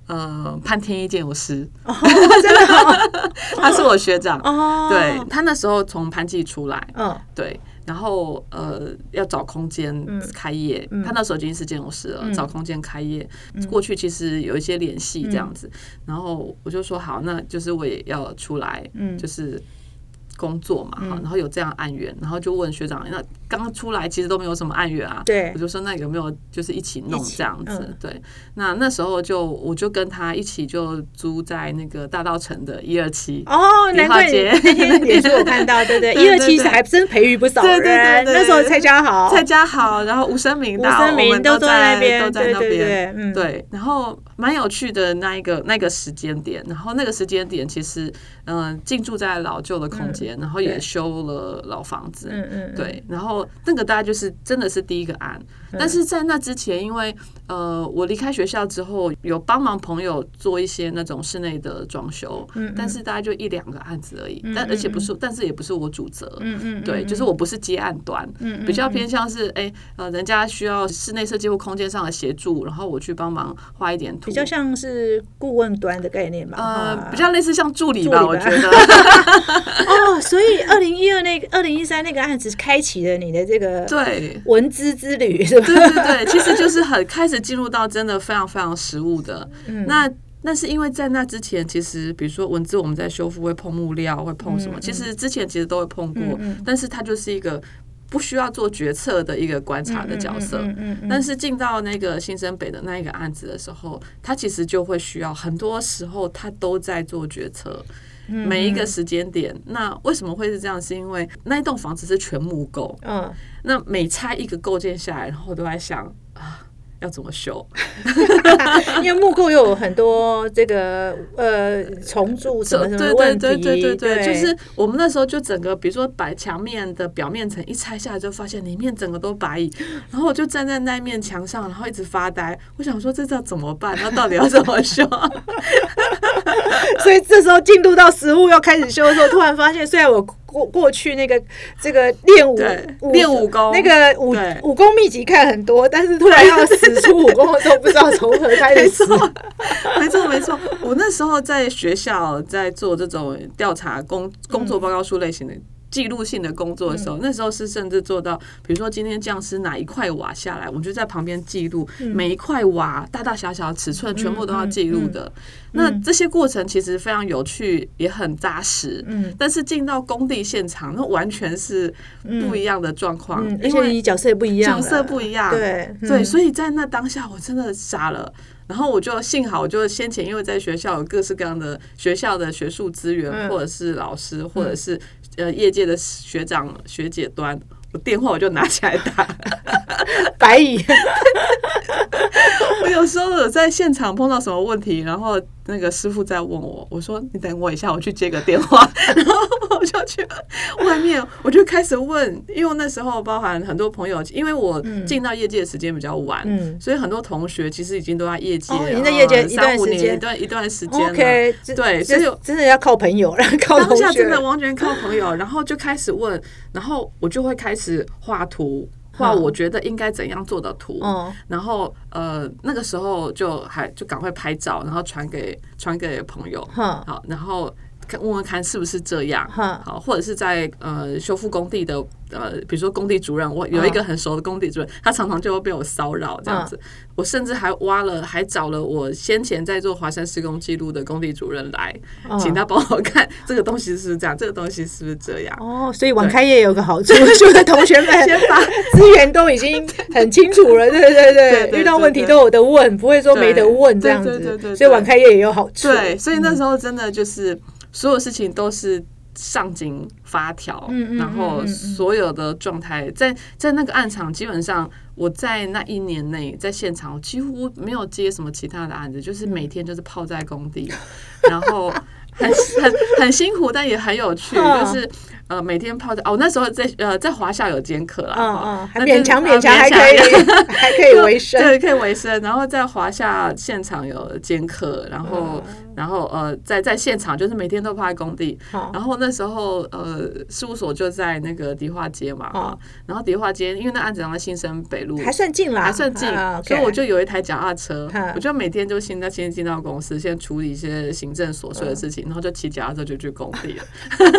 [SPEAKER 2] 呃潘天一建筑师，
[SPEAKER 1] 哦，真的哦
[SPEAKER 2] 他是我学长，
[SPEAKER 1] 哦，
[SPEAKER 2] 对他那时候从潘记出来，
[SPEAKER 1] 嗯，
[SPEAKER 2] 对，然后呃要找空间开业，
[SPEAKER 1] 嗯
[SPEAKER 2] 他那时候已经是建筑师了，找空间开业，过去其实有一些联系这样
[SPEAKER 1] 嗯
[SPEAKER 2] 子，然后我就说好，那就是我也要出来，
[SPEAKER 1] 嗯
[SPEAKER 2] 就是。工作嘛，哈，然后有这样案源，然后就问学长，那刚出来其实都没有什么案源啊，
[SPEAKER 1] 对
[SPEAKER 2] 我就说那有没有就是一起弄
[SPEAKER 1] 一起
[SPEAKER 2] 这样子
[SPEAKER 1] 嗯？
[SPEAKER 2] 对，那那时候就我就跟他一起就租在那个大道城的一二七，
[SPEAKER 1] 哦，难怪你
[SPEAKER 2] 李浩
[SPEAKER 1] 那
[SPEAKER 2] 杰
[SPEAKER 1] 天脸书我看到，对对，
[SPEAKER 2] 对
[SPEAKER 1] 一二
[SPEAKER 2] 对
[SPEAKER 1] 七
[SPEAKER 2] 对
[SPEAKER 1] 还真培育不少人，
[SPEAKER 2] 对对对对
[SPEAKER 1] 那时候蔡家豪、
[SPEAKER 2] 蔡家豪，然后吴声明
[SPEAKER 1] 吴
[SPEAKER 2] 大，
[SPEAKER 1] 声
[SPEAKER 2] 我
[SPEAKER 1] 明
[SPEAKER 2] 们都
[SPEAKER 1] 坐在那边，
[SPEAKER 2] 都在
[SPEAKER 1] 对
[SPEAKER 2] 那
[SPEAKER 1] 对
[SPEAKER 2] 边。
[SPEAKER 1] 对，嗯，
[SPEAKER 2] 对，然后蛮有趣的那一个那个时间点，然后那个时间点其实，嗯、进驻在老旧的空间，然后也
[SPEAKER 1] 对
[SPEAKER 2] 修了老房子，
[SPEAKER 1] 嗯嗯，嗯，
[SPEAKER 2] 对，然后那个大概就是真的是第一个案，但是在那之前，因为呃，我离开学校之后，有帮忙朋友做一些那种室内的装修，
[SPEAKER 1] 嗯嗯
[SPEAKER 2] 但是大概就一两个案子而已，
[SPEAKER 1] 嗯
[SPEAKER 2] 但
[SPEAKER 1] 嗯
[SPEAKER 2] 而且不是，但是也不是我主责，
[SPEAKER 1] 嗯嗯，嗯
[SPEAKER 2] 对，就是我不是接案端，
[SPEAKER 1] 嗯嗯
[SPEAKER 2] 比较偏向是哎、呃，人家需要室内设计或空间上的协助，然后我去帮忙画一点图，
[SPEAKER 1] 比较像是顾问端的概念吧，
[SPEAKER 2] 呃
[SPEAKER 1] 哈，
[SPEAKER 2] 比较类似像助理
[SPEAKER 1] 助
[SPEAKER 2] 吧，
[SPEAKER 1] 理
[SPEAKER 2] 我
[SPEAKER 1] 吧
[SPEAKER 2] 觉得。
[SPEAKER 1] 哦，所以二零一二那个、二零一三那个案子开启了你的这个
[SPEAKER 2] 对，
[SPEAKER 1] 文资之旅，是吧？
[SPEAKER 2] 对对对，其实就是很开始进入到真的非常非常实物的。
[SPEAKER 1] 嗯
[SPEAKER 2] 那那是因为在那之前，其实比如说文字，我们在修复会碰木料，会碰
[SPEAKER 1] 嗯
[SPEAKER 2] 什么，其实之前其实都会碰过，但是它就是一个不需要做决策的一个观察的角色。
[SPEAKER 1] 嗯嗯嗯
[SPEAKER 2] 但是进到那个新生北的那一个案子的时候，他其实就会需要很多时候他都在做决策，
[SPEAKER 1] 嗯
[SPEAKER 2] 每一个时间点。那为什么会是这样？是因为那一栋房子是全木构，
[SPEAKER 1] 嗯，
[SPEAKER 2] 那每拆一个构件下来，然后我都在想啊，要怎么修？
[SPEAKER 1] 嗯因为木构又有很多这个呃重铸什么什么
[SPEAKER 2] 对
[SPEAKER 1] 问
[SPEAKER 2] 对
[SPEAKER 1] 题，
[SPEAKER 2] 对对对
[SPEAKER 1] 对，
[SPEAKER 2] 对，就是我们那时候就整个，比如说白墙面的表面层一拆下来，就发现里面整个都白蚁，然后我就站在那一面墙上，然后一直发呆，我想说这要怎么办？那到底要怎么修？
[SPEAKER 1] 所以这时候进入到实物要开始修的时候，突然发现，虽然我过过去那个这个练武
[SPEAKER 2] 对
[SPEAKER 1] 武
[SPEAKER 2] 练武功
[SPEAKER 1] 那个武
[SPEAKER 2] 对
[SPEAKER 1] 武功秘籍看很多，但是突然要使出武功的时候，不知道从何开始
[SPEAKER 2] 没
[SPEAKER 1] 使
[SPEAKER 2] 错。， 没错，没错。我那时候在学校在做这种调查工工作报告书类型的。记录性的工作的时
[SPEAKER 1] 嗯
[SPEAKER 2] 候，那时候是甚至做到，比如说今天匠师哪一块瓦下来，我就在旁边记录
[SPEAKER 1] 嗯
[SPEAKER 2] 每一块瓦大大小小尺寸，全部都要记录
[SPEAKER 1] 嗯
[SPEAKER 2] 的。那这些过程其实非常有趣，也很扎实。
[SPEAKER 1] 嗯
[SPEAKER 2] 但是进到工地现场，那完全是不一样的状况，
[SPEAKER 1] 嗯，而
[SPEAKER 2] 因
[SPEAKER 1] 且
[SPEAKER 2] 为
[SPEAKER 1] 你角色也不一样了，啊
[SPEAKER 2] 角色不一样，
[SPEAKER 1] 对
[SPEAKER 2] 对，
[SPEAKER 1] 嗯
[SPEAKER 2] 所以在那当下我真的傻了。然后我就幸好，我就先前因为在学校有各式各样的学校的学术资源，
[SPEAKER 1] 嗯
[SPEAKER 2] 或者是老师，或者是呃业界的学长学姐端，我电话我就拿起来打。
[SPEAKER 1] 白蚁，
[SPEAKER 2] 我有时候有在现场碰到什么问题，然后那个师傅在问我，我说你等我一下，我去接个电话， 然后我就去外面，我就开始问，因为那时候包含很多朋友，因为我进到业界的时间比较晚，
[SPEAKER 1] 嗯
[SPEAKER 2] 所以很多同学其实已经都在业界，
[SPEAKER 1] 哦已经在业界
[SPEAKER 2] 嗯
[SPEAKER 1] 一段
[SPEAKER 2] 三五
[SPEAKER 1] 时间
[SPEAKER 2] 年一段一段时间了
[SPEAKER 1] OK，这
[SPEAKER 2] 对，所
[SPEAKER 1] 这
[SPEAKER 2] 以
[SPEAKER 1] 真的要靠朋友，然后靠同
[SPEAKER 2] 当下
[SPEAKER 1] 学，
[SPEAKER 2] 真的完全靠朋友，然后就开始问，然后我就会开始画图，画
[SPEAKER 1] 嗯
[SPEAKER 2] 我觉得应该怎样做的图，
[SPEAKER 1] 嗯
[SPEAKER 2] 然后呃那个时候就还就赶快拍照，然后传给传给朋友，
[SPEAKER 1] 哼
[SPEAKER 2] 好，然后看问问看是不是这样，
[SPEAKER 1] 哼
[SPEAKER 2] 好，或者是在呃修复工地的呃，比如说工地主任，我有一
[SPEAKER 1] 嗯
[SPEAKER 2] 个很熟的工地主任，他常常就会被我骚扰这样子，我甚至还挖了，还找了我先前在做华山施工记录的工地主任来，
[SPEAKER 1] 嗯
[SPEAKER 2] 请他帮我看这个东西是不是这样，这个东西是不是这样。
[SPEAKER 1] 哦，所以晚开业有个好处，就是同学们
[SPEAKER 2] 先把
[SPEAKER 1] 资源都已经很清楚了，对对
[SPEAKER 2] 对
[SPEAKER 1] 对，
[SPEAKER 2] 对
[SPEAKER 1] 遇到问题都有得问，不会说没得问这样
[SPEAKER 2] 对对对对
[SPEAKER 1] 子，
[SPEAKER 2] 对
[SPEAKER 1] 所以晚开业也有好处。
[SPEAKER 2] 对，所以那时候真的就是所有事情都是上紧发条，
[SPEAKER 1] 嗯嗯
[SPEAKER 2] 然
[SPEAKER 1] 嗯
[SPEAKER 2] 后
[SPEAKER 1] 嗯嗯
[SPEAKER 2] 所有的状态在在那个暗场，基本上我在那一年内在现场我几乎没有接什么其他的案子，就是每天就是泡在工地，然后。很很很辛苦，但也很有趣，
[SPEAKER 1] 嗯
[SPEAKER 2] 就是呃每天泡在哦那时候在呃在华夏有兼课啦，
[SPEAKER 1] 嗯
[SPEAKER 2] 哈
[SPEAKER 1] 嗯，还
[SPEAKER 2] 那
[SPEAKER 1] 勉
[SPEAKER 2] 真
[SPEAKER 1] 强
[SPEAKER 2] 呃
[SPEAKER 1] 勉强还可以还可以维生，
[SPEAKER 2] 对，可以维生。然后在华夏现场有兼课，然后、
[SPEAKER 1] 嗯
[SPEAKER 2] 然后呃，在在现场就是每天都泡在工地。
[SPEAKER 1] 好
[SPEAKER 2] 然后那时候呃，事务所就在那个迪化街嘛，
[SPEAKER 1] 哦
[SPEAKER 2] 然后迪化街因为那案子在新生北路。
[SPEAKER 1] 还算近啦，
[SPEAKER 2] 还算近，
[SPEAKER 1] 啊
[SPEAKER 2] 所以
[SPEAKER 1] OK 嗯
[SPEAKER 2] 我就有一台脚踏车
[SPEAKER 1] 哈，
[SPEAKER 2] 我就每天就现在先进到公司，先处理一些行政琐碎的
[SPEAKER 1] 嗯
[SPEAKER 2] 事情，然后就骑脚踏车就去工地了，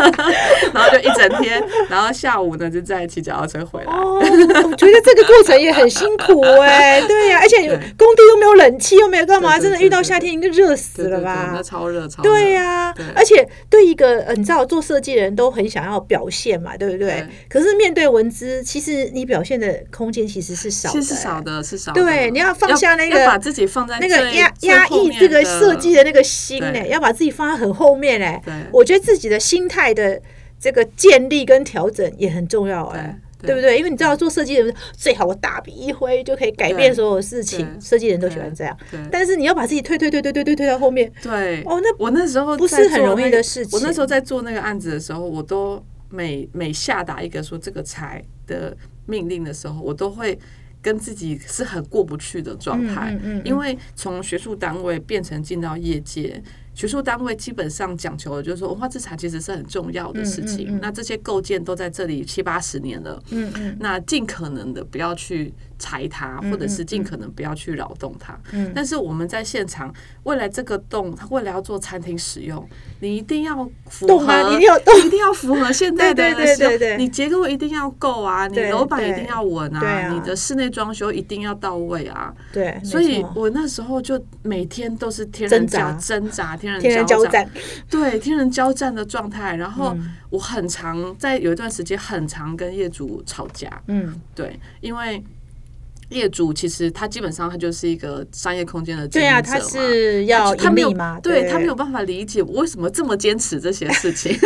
[SPEAKER 2] 然后就一整天，然后下午呢就再骑脚踏车回来。
[SPEAKER 1] 哦，我觉得这个过程也很辛苦哎、对呀、而且
[SPEAKER 2] 对
[SPEAKER 1] 工地又没有冷气，又没有干嘛，
[SPEAKER 2] 对对
[SPEAKER 1] 真的
[SPEAKER 2] 对
[SPEAKER 1] 遇到夏天应该热
[SPEAKER 2] 对
[SPEAKER 1] 死
[SPEAKER 2] 对
[SPEAKER 1] 了
[SPEAKER 2] 对，那
[SPEAKER 1] 吧？
[SPEAKER 2] 超热，超热。
[SPEAKER 1] 对呀、
[SPEAKER 2] 对
[SPEAKER 1] 而且对一个呃，你知道做设计的人都很想要表现嘛，对不对？
[SPEAKER 2] 对
[SPEAKER 1] 可是面对文资，其实你表现的空间其实是少的、
[SPEAKER 2] 其实是少的，是少的。
[SPEAKER 1] 对你要放下那
[SPEAKER 2] 要
[SPEAKER 1] 个
[SPEAKER 2] 要把自己放在
[SPEAKER 1] 那个
[SPEAKER 2] 最
[SPEAKER 1] 压
[SPEAKER 2] 最
[SPEAKER 1] 压
[SPEAKER 2] 后
[SPEAKER 1] 抑
[SPEAKER 2] 面
[SPEAKER 1] 这个
[SPEAKER 2] 的
[SPEAKER 1] 设计的那个心呢、
[SPEAKER 2] 对
[SPEAKER 1] 要把自己放在很后面哎、
[SPEAKER 2] 对
[SPEAKER 1] 我觉得自己的心态的这个建立跟调整也很重要哎、对
[SPEAKER 2] 对
[SPEAKER 1] 不对？因为你知道做设计的人最好我大笔一挥就可以改变
[SPEAKER 2] 对
[SPEAKER 1] 所有事情，
[SPEAKER 2] 对
[SPEAKER 1] 设计人都喜欢这样。
[SPEAKER 2] 对
[SPEAKER 1] 但是你要把自己推推推推推推推到后面，
[SPEAKER 2] 对。
[SPEAKER 1] 哦那
[SPEAKER 2] 我那时候
[SPEAKER 1] 不
[SPEAKER 2] 在
[SPEAKER 1] 是很
[SPEAKER 2] 做
[SPEAKER 1] 容易
[SPEAKER 2] 那
[SPEAKER 1] 的
[SPEAKER 2] 个
[SPEAKER 1] 事
[SPEAKER 2] 我那
[SPEAKER 1] 情
[SPEAKER 2] 时候在做那个案子的时候，我都每每下达一个说这个裁的命令的时候，我都会跟自己是很过不去的状态。
[SPEAKER 1] 嗯嗯嗯
[SPEAKER 2] 因为从学术单位变成进到业界，学术单位基本上讲求的就是说文化资产其实是很重要的事情。
[SPEAKER 1] 嗯嗯嗯
[SPEAKER 2] 那这些构建都在这里七八十年了，
[SPEAKER 1] 嗯嗯
[SPEAKER 2] 那尽可能的不要去裁它，或者是尽可能不要去扰动它。
[SPEAKER 1] 嗯
[SPEAKER 2] 但是我们在现场，未来这个洞，它未来要做餐厅使用，你一定要符合，
[SPEAKER 1] 动啊一定要动
[SPEAKER 2] 一定要符合现在的
[SPEAKER 1] 对对对
[SPEAKER 2] 使用
[SPEAKER 1] 对对
[SPEAKER 2] 你结构一定要够啊，你
[SPEAKER 1] 对
[SPEAKER 2] 楼板一
[SPEAKER 1] 对
[SPEAKER 2] 定要稳
[SPEAKER 1] 对啊
[SPEAKER 2] 你的室内装修一定要到位啊。
[SPEAKER 1] 对，
[SPEAKER 2] 所以
[SPEAKER 1] 没错
[SPEAKER 2] 我那时候就每天都是天
[SPEAKER 1] 挣
[SPEAKER 2] 人
[SPEAKER 1] 扎
[SPEAKER 2] 交挣扎，天人
[SPEAKER 1] 天人交
[SPEAKER 2] 交战，
[SPEAKER 1] 战，
[SPEAKER 2] 对天人交战的状态。然后
[SPEAKER 1] 嗯
[SPEAKER 2] 我很常在有一段时间很常跟业主吵架，
[SPEAKER 1] 嗯，
[SPEAKER 2] 对，因为业主其实他基本上他就是一个商业空间的经
[SPEAKER 1] 对
[SPEAKER 2] 营者
[SPEAKER 1] 呀、
[SPEAKER 2] 嘛，
[SPEAKER 1] 他是要
[SPEAKER 2] 他就他
[SPEAKER 1] 盈利
[SPEAKER 2] 没有
[SPEAKER 1] 嘛，
[SPEAKER 2] 对
[SPEAKER 1] 对
[SPEAKER 2] 他 没有，办法理解我为什么这么坚持这些事情。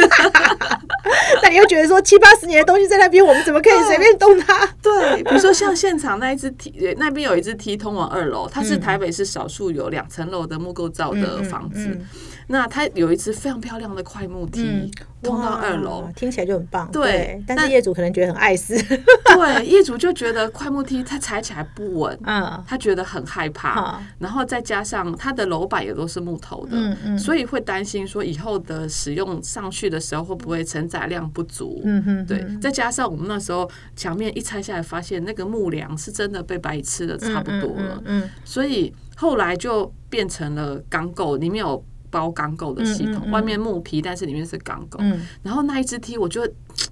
[SPEAKER 1] 但你又觉得说七八十年的东西在那边，我们怎么可以随便动它？
[SPEAKER 2] 对，比如说像现场那一只梯，呃 那边有一只梯通往二楼，它是
[SPEAKER 1] 嗯
[SPEAKER 2] 台北市少数有两层楼的木构造的房子。
[SPEAKER 1] 嗯嗯
[SPEAKER 2] 那它有一只非常漂亮的快木梯，
[SPEAKER 1] 嗯
[SPEAKER 2] 通到
[SPEAKER 1] 哇
[SPEAKER 2] 二 楼。
[SPEAKER 1] 哦听起来就很棒。
[SPEAKER 2] 对
[SPEAKER 1] 但是
[SPEAKER 2] 那
[SPEAKER 1] 业主可能觉得很碍 事，
[SPEAKER 2] 对，业主就觉得快木梯它踩起来不稳，
[SPEAKER 1] 嗯，
[SPEAKER 2] 他觉得很害怕
[SPEAKER 1] 好。
[SPEAKER 2] 然后再加上它的楼板也都是木头的，
[SPEAKER 1] 嗯嗯
[SPEAKER 2] 所以会担心说以后的使用上去的时候会不会承载量不足。
[SPEAKER 1] 嗯哼
[SPEAKER 2] 对，再加上我们那时候墙面一拆下来，发现那个木梁是真的被白蚁吃的差不多了，
[SPEAKER 1] 嗯嗯
[SPEAKER 2] 所以后来就变成了钢构，里面有包钢构的系统，
[SPEAKER 1] 嗯嗯嗯
[SPEAKER 2] 外面木皮，但是里面是钢构。
[SPEAKER 1] 嗯，
[SPEAKER 2] 然后那一只梯，我就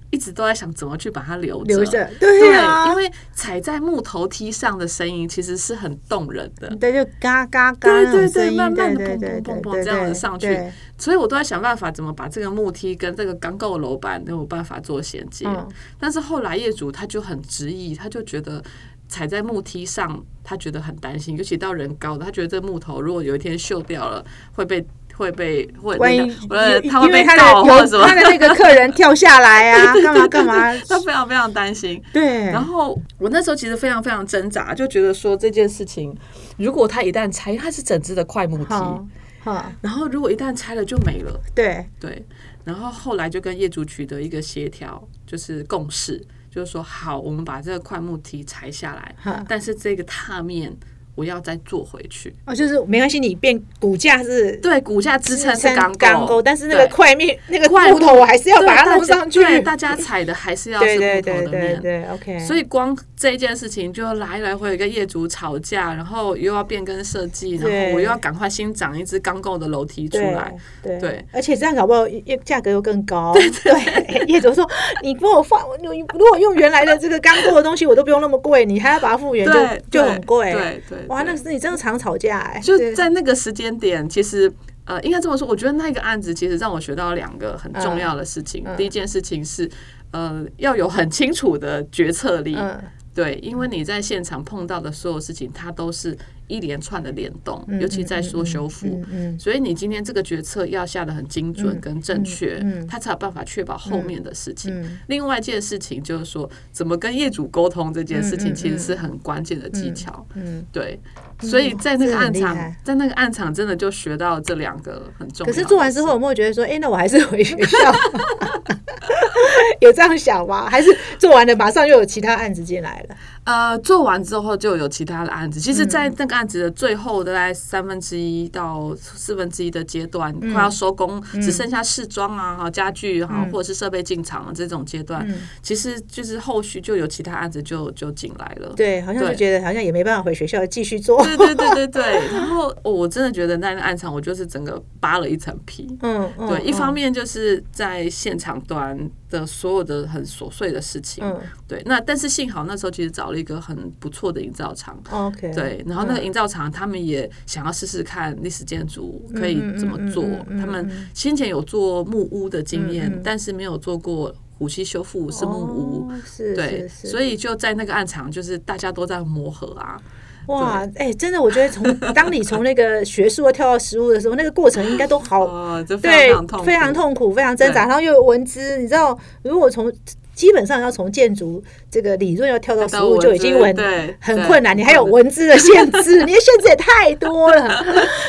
[SPEAKER 2] 一直都在想怎么去把它留
[SPEAKER 1] 留着，
[SPEAKER 2] 对，
[SPEAKER 1] 对啊，
[SPEAKER 2] 因为踩在木头梯上的声音其实是很动人的。
[SPEAKER 1] 对，就嘎嘎嘎那
[SPEAKER 2] 对
[SPEAKER 1] 种
[SPEAKER 2] 对
[SPEAKER 1] 声
[SPEAKER 2] 对，
[SPEAKER 1] 音，
[SPEAKER 2] 慢慢的
[SPEAKER 1] 对
[SPEAKER 2] 砰
[SPEAKER 1] 对
[SPEAKER 2] 砰砰
[SPEAKER 1] 对
[SPEAKER 2] 砰
[SPEAKER 1] 对
[SPEAKER 2] 这样
[SPEAKER 1] 对
[SPEAKER 2] 的上去
[SPEAKER 1] 对，
[SPEAKER 2] 所以我都在想办法怎么把这个木梯跟这个钢构楼板都有办法做衔接
[SPEAKER 1] 嗯。
[SPEAKER 2] 但是后来业主他就很执意，他就觉得踩在木梯上，他觉得很担心，尤其到人高的，他觉得这木头如果有一天锈掉了，会被会被会
[SPEAKER 1] 万一
[SPEAKER 2] 那个呃
[SPEAKER 1] 因
[SPEAKER 2] 他会
[SPEAKER 1] 因为
[SPEAKER 2] 被
[SPEAKER 1] 他
[SPEAKER 2] 告
[SPEAKER 1] 的
[SPEAKER 2] 或者
[SPEAKER 1] 有
[SPEAKER 2] 什么
[SPEAKER 1] 他，的 那个客人跳下来啊，干嘛干嘛，
[SPEAKER 2] 他非常非常担心。
[SPEAKER 1] 对，
[SPEAKER 2] 然后我那时候其实非常非常挣扎，就觉得说这件事情，如果它一旦拆，因为它是整只的快木梯，
[SPEAKER 1] 好，好，
[SPEAKER 2] 然后如果一旦拆了就没了，
[SPEAKER 1] 对，
[SPEAKER 2] 对。然后后来就跟业主取得一个协调，就是共识，就是说好，我们把这个快木梯拆下
[SPEAKER 1] 哈
[SPEAKER 2] 来，但是这个踏面我要再做回去。
[SPEAKER 1] 哦，就是没关系，你变骨架是
[SPEAKER 2] 对，骨架支撑是钢
[SPEAKER 1] 钢
[SPEAKER 2] 构，
[SPEAKER 1] 但是那个
[SPEAKER 2] 对
[SPEAKER 1] 块面那个
[SPEAKER 2] 块
[SPEAKER 1] 木头我还是要
[SPEAKER 2] 对
[SPEAKER 1] 把它
[SPEAKER 2] 大
[SPEAKER 1] 弄
[SPEAKER 2] 家
[SPEAKER 1] 上去，
[SPEAKER 2] 对，大家踩的还是要是
[SPEAKER 1] 对对
[SPEAKER 2] 木头
[SPEAKER 1] 对
[SPEAKER 2] 的
[SPEAKER 1] 对
[SPEAKER 2] 面。
[SPEAKER 1] 对，OK，
[SPEAKER 2] 所以光这一件事情就来来回回跟业主吵架，然后又要变更设计，然
[SPEAKER 1] 对
[SPEAKER 2] 后我又要赶快新长一只钢构的楼梯出来。
[SPEAKER 1] 对
[SPEAKER 2] 对，
[SPEAKER 1] 而且这样搞不好业价格又更高。对业主说：“你帮我放，你如果用原来的这个刚做的东西，我都不用那么贵，你还要把它复原就，
[SPEAKER 2] 对，
[SPEAKER 1] 就很贵。
[SPEAKER 2] 对对，对
[SPEAKER 1] 哇，那是你真的常吵架哎、
[SPEAKER 2] 就
[SPEAKER 1] 对
[SPEAKER 2] 在那个时间点，其实呃，应该这么说，我觉得那个案子其实让我学到两个很
[SPEAKER 1] 嗯
[SPEAKER 2] 重要的事情。第一件事情是，呃，要有很清楚的决策力。
[SPEAKER 1] 嗯
[SPEAKER 2] 对，因为你在现场碰到的所有事情，它都是一连串的联动，尤其在说修复，
[SPEAKER 1] 嗯
[SPEAKER 2] 所以你今天这个决策要下的很精准跟正确，
[SPEAKER 1] 嗯
[SPEAKER 2] 它才有办法确保后面的事情。另外一件事情就是说，怎么跟业主沟通这件
[SPEAKER 1] 嗯
[SPEAKER 2] 事
[SPEAKER 1] 嗯
[SPEAKER 2] 情，
[SPEAKER 1] 嗯
[SPEAKER 2] 其实是很关键的技巧。
[SPEAKER 1] 嗯。
[SPEAKER 2] 对，所以在那
[SPEAKER 1] 这
[SPEAKER 2] 个
[SPEAKER 1] 很
[SPEAKER 2] 暗
[SPEAKER 1] 厉
[SPEAKER 2] 场
[SPEAKER 1] 害，
[SPEAKER 2] 在那个暗场真的就学到这两个很重
[SPEAKER 1] 可
[SPEAKER 2] 要的事。
[SPEAKER 1] 是做完之后，我们会觉得说，哎、那我还是回学校， 有这样想吗？还是做完了马上又有其他案子进来了？
[SPEAKER 2] 呃，做完之后就有其他的案子。其实，在那个案子的最后，大概三分之一到四分之一的阶段，
[SPEAKER 1] 嗯
[SPEAKER 2] 快要收工，只剩下试装啊、哈家具哈、或者是设备进场啊这种阶段，
[SPEAKER 1] 嗯
[SPEAKER 2] 其实就是后续就有其他案子就就进来了。
[SPEAKER 1] 对，好像就
[SPEAKER 2] 对嗯
[SPEAKER 1] 觉得好像也没办法回学校继续做。
[SPEAKER 2] 对对对对对。然后、哦我真的觉得在那个暗场，我就是整个扒了一层皮。
[SPEAKER 1] 嗯，嗯
[SPEAKER 2] 对，一方，面就是在现场端的所有的很琐碎的事情，
[SPEAKER 1] 嗯
[SPEAKER 2] 对。那但是幸好那时候其实找了一个很不错的营造厂，
[SPEAKER 1] 嗯，OK，
[SPEAKER 2] 对，然后那个营造厂他们也想要试试看历史建筑可以怎么做
[SPEAKER 1] 嗯嗯嗯嗯嗯嗯。嗯
[SPEAKER 2] 他们先前有做木屋的经验，但是没有做过虎溪修复是木屋。
[SPEAKER 1] 哦是，
[SPEAKER 2] 对，
[SPEAKER 1] 是是
[SPEAKER 2] 所以就在那个暗场，就是大家都在磨合啊。
[SPEAKER 1] 哇，哎、真的，我觉得从当你从那个学术跳到实务的时候，那个过程应该都好，
[SPEAKER 2] 哦，这非
[SPEAKER 1] 对
[SPEAKER 2] 常痛，苦，
[SPEAKER 1] 非常痛苦，非常挣扎，
[SPEAKER 2] 对
[SPEAKER 1] 然后又有文字，你知道，如果从基本上要从建筑这个理论要跳到实
[SPEAKER 2] 到
[SPEAKER 1] 务，
[SPEAKER 2] 文
[SPEAKER 1] 就已经
[SPEAKER 2] 字
[SPEAKER 1] 文
[SPEAKER 2] 对
[SPEAKER 1] 很
[SPEAKER 2] 对
[SPEAKER 1] 困难，你
[SPEAKER 2] 很
[SPEAKER 1] 还有
[SPEAKER 2] 困
[SPEAKER 1] 文字的限制，你的限制也太多 了。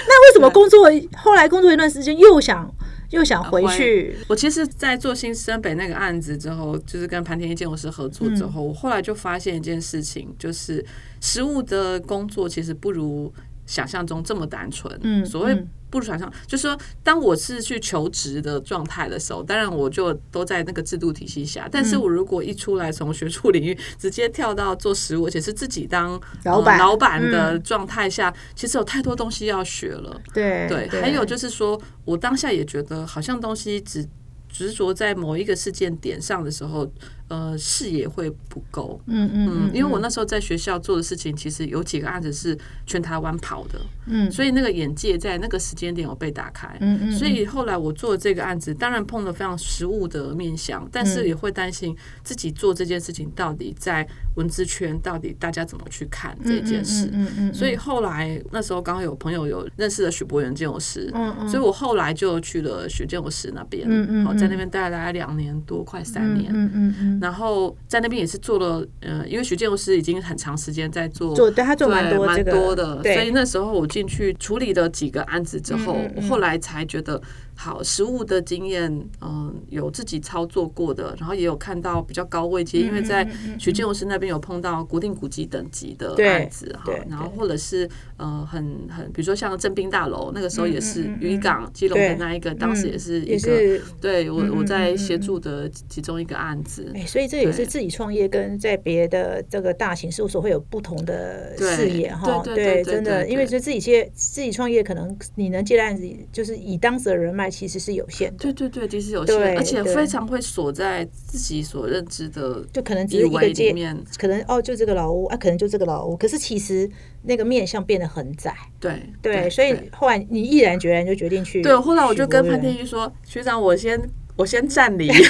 [SPEAKER 1] 那为什么工作后来工作一段时间又想又想
[SPEAKER 2] 呃
[SPEAKER 1] 回去？
[SPEAKER 2] 我其实，在做新生北那个案子之后，就是跟盘田一建筑师合作之
[SPEAKER 1] 嗯
[SPEAKER 2] 后，我后来就发现一件事情，就是实务的工作其实不如想象中这么单纯。
[SPEAKER 1] 嗯
[SPEAKER 2] 所谓
[SPEAKER 1] 嗯
[SPEAKER 2] 不如想象，就是说，当我是去求职的状态的时候，当然我就都在那个制度体系下。
[SPEAKER 1] 嗯
[SPEAKER 2] 但是我如果一出来从学术领域直接跳到做实务，而且是自己当呃
[SPEAKER 1] 老板嗯
[SPEAKER 2] 老板的状态下，其实有太多东西要学了。
[SPEAKER 1] 对
[SPEAKER 2] 对，还有就是说，我当下也觉得好像东西只执着在某一个事件点上的时候，呃，视野会不够。
[SPEAKER 1] 嗯嗯
[SPEAKER 2] 嗯，因为我那时候在学校做的事情，其实有几个案子是全台湾跑的，
[SPEAKER 1] 嗯
[SPEAKER 2] 所以那个眼界在那个时间点有被打开。
[SPEAKER 1] 嗯嗯，
[SPEAKER 2] 所以后来我做这个案子，当然碰了非常实务的面向，但
[SPEAKER 1] 嗯
[SPEAKER 2] 是也会担心自己做这件事情到底在文字圈到底大家怎么去看这件事。
[SPEAKER 1] 嗯嗯
[SPEAKER 2] 所以后来那时候刚好有朋友有认识了许博元建筑师，
[SPEAKER 1] 嗯嗯
[SPEAKER 2] 所以我后来就去了许建筑师那边，
[SPEAKER 1] 嗯嗯
[SPEAKER 2] 好在那边待了大概两年多，快三年。
[SPEAKER 1] 嗯嗯嗯，
[SPEAKER 2] 然后在那边也是做了，呃，因为许建筑师已经很长时间在做
[SPEAKER 1] 做对他做
[SPEAKER 2] 对，
[SPEAKER 1] 蛮多这个
[SPEAKER 2] 的，所以
[SPEAKER 1] 对
[SPEAKER 2] 那时候我进去处理了几个案子之后，
[SPEAKER 1] 嗯嗯嗯
[SPEAKER 2] 我后来才觉得好，实物的经验，嗯，有自己操作过的，然后也有看到比较高位阶，因为
[SPEAKER 1] 嗯
[SPEAKER 2] 在许建老师那边有碰到国定古迹等级的
[SPEAKER 1] 对
[SPEAKER 2] 案子哈
[SPEAKER 1] 对对，
[SPEAKER 2] 然后或者是呃，很很，比如说像正滨大楼，那个时候
[SPEAKER 1] 嗯
[SPEAKER 2] 也是
[SPEAKER 1] 嗯嗯
[SPEAKER 2] 渔港基隆
[SPEAKER 1] 对嗯
[SPEAKER 2] 的那一个，当时也是
[SPEAKER 1] 也
[SPEAKER 2] 一个，
[SPEAKER 1] 是
[SPEAKER 2] 对我我
[SPEAKER 1] 嗯嗯
[SPEAKER 2] 在
[SPEAKER 1] 嗯
[SPEAKER 2] 协助的其中一个案子，
[SPEAKER 1] 哎，所以这也是
[SPEAKER 2] 对
[SPEAKER 1] 自己创业跟在别的这个大型事务所会有不同的
[SPEAKER 2] 对
[SPEAKER 1] 视野哈。
[SPEAKER 2] 对对对对
[SPEAKER 1] 真的，
[SPEAKER 2] 对
[SPEAKER 1] 因为
[SPEAKER 2] 对
[SPEAKER 1] 就自己接自己创业，可能你能接的案子，就是以当时的人脉其实是有限的，
[SPEAKER 2] 对对对，其实有
[SPEAKER 1] 对
[SPEAKER 2] 些，而且
[SPEAKER 1] 对
[SPEAKER 2] 非常会锁在自己所认知的
[SPEAKER 1] 就可能只
[SPEAKER 2] 以
[SPEAKER 1] 是一个
[SPEAKER 2] 为
[SPEAKER 1] 街
[SPEAKER 2] 里，面。
[SPEAKER 1] 可能哦就这个老屋啊，可能就这个老屋，可是其实那个面向变得很窄。
[SPEAKER 2] 对
[SPEAKER 1] 对，所以后来你毅然决然就决定去。
[SPEAKER 2] 对，后来我就跟潘天
[SPEAKER 1] 宇，
[SPEAKER 2] 一说：“学长，我先 我先占领。”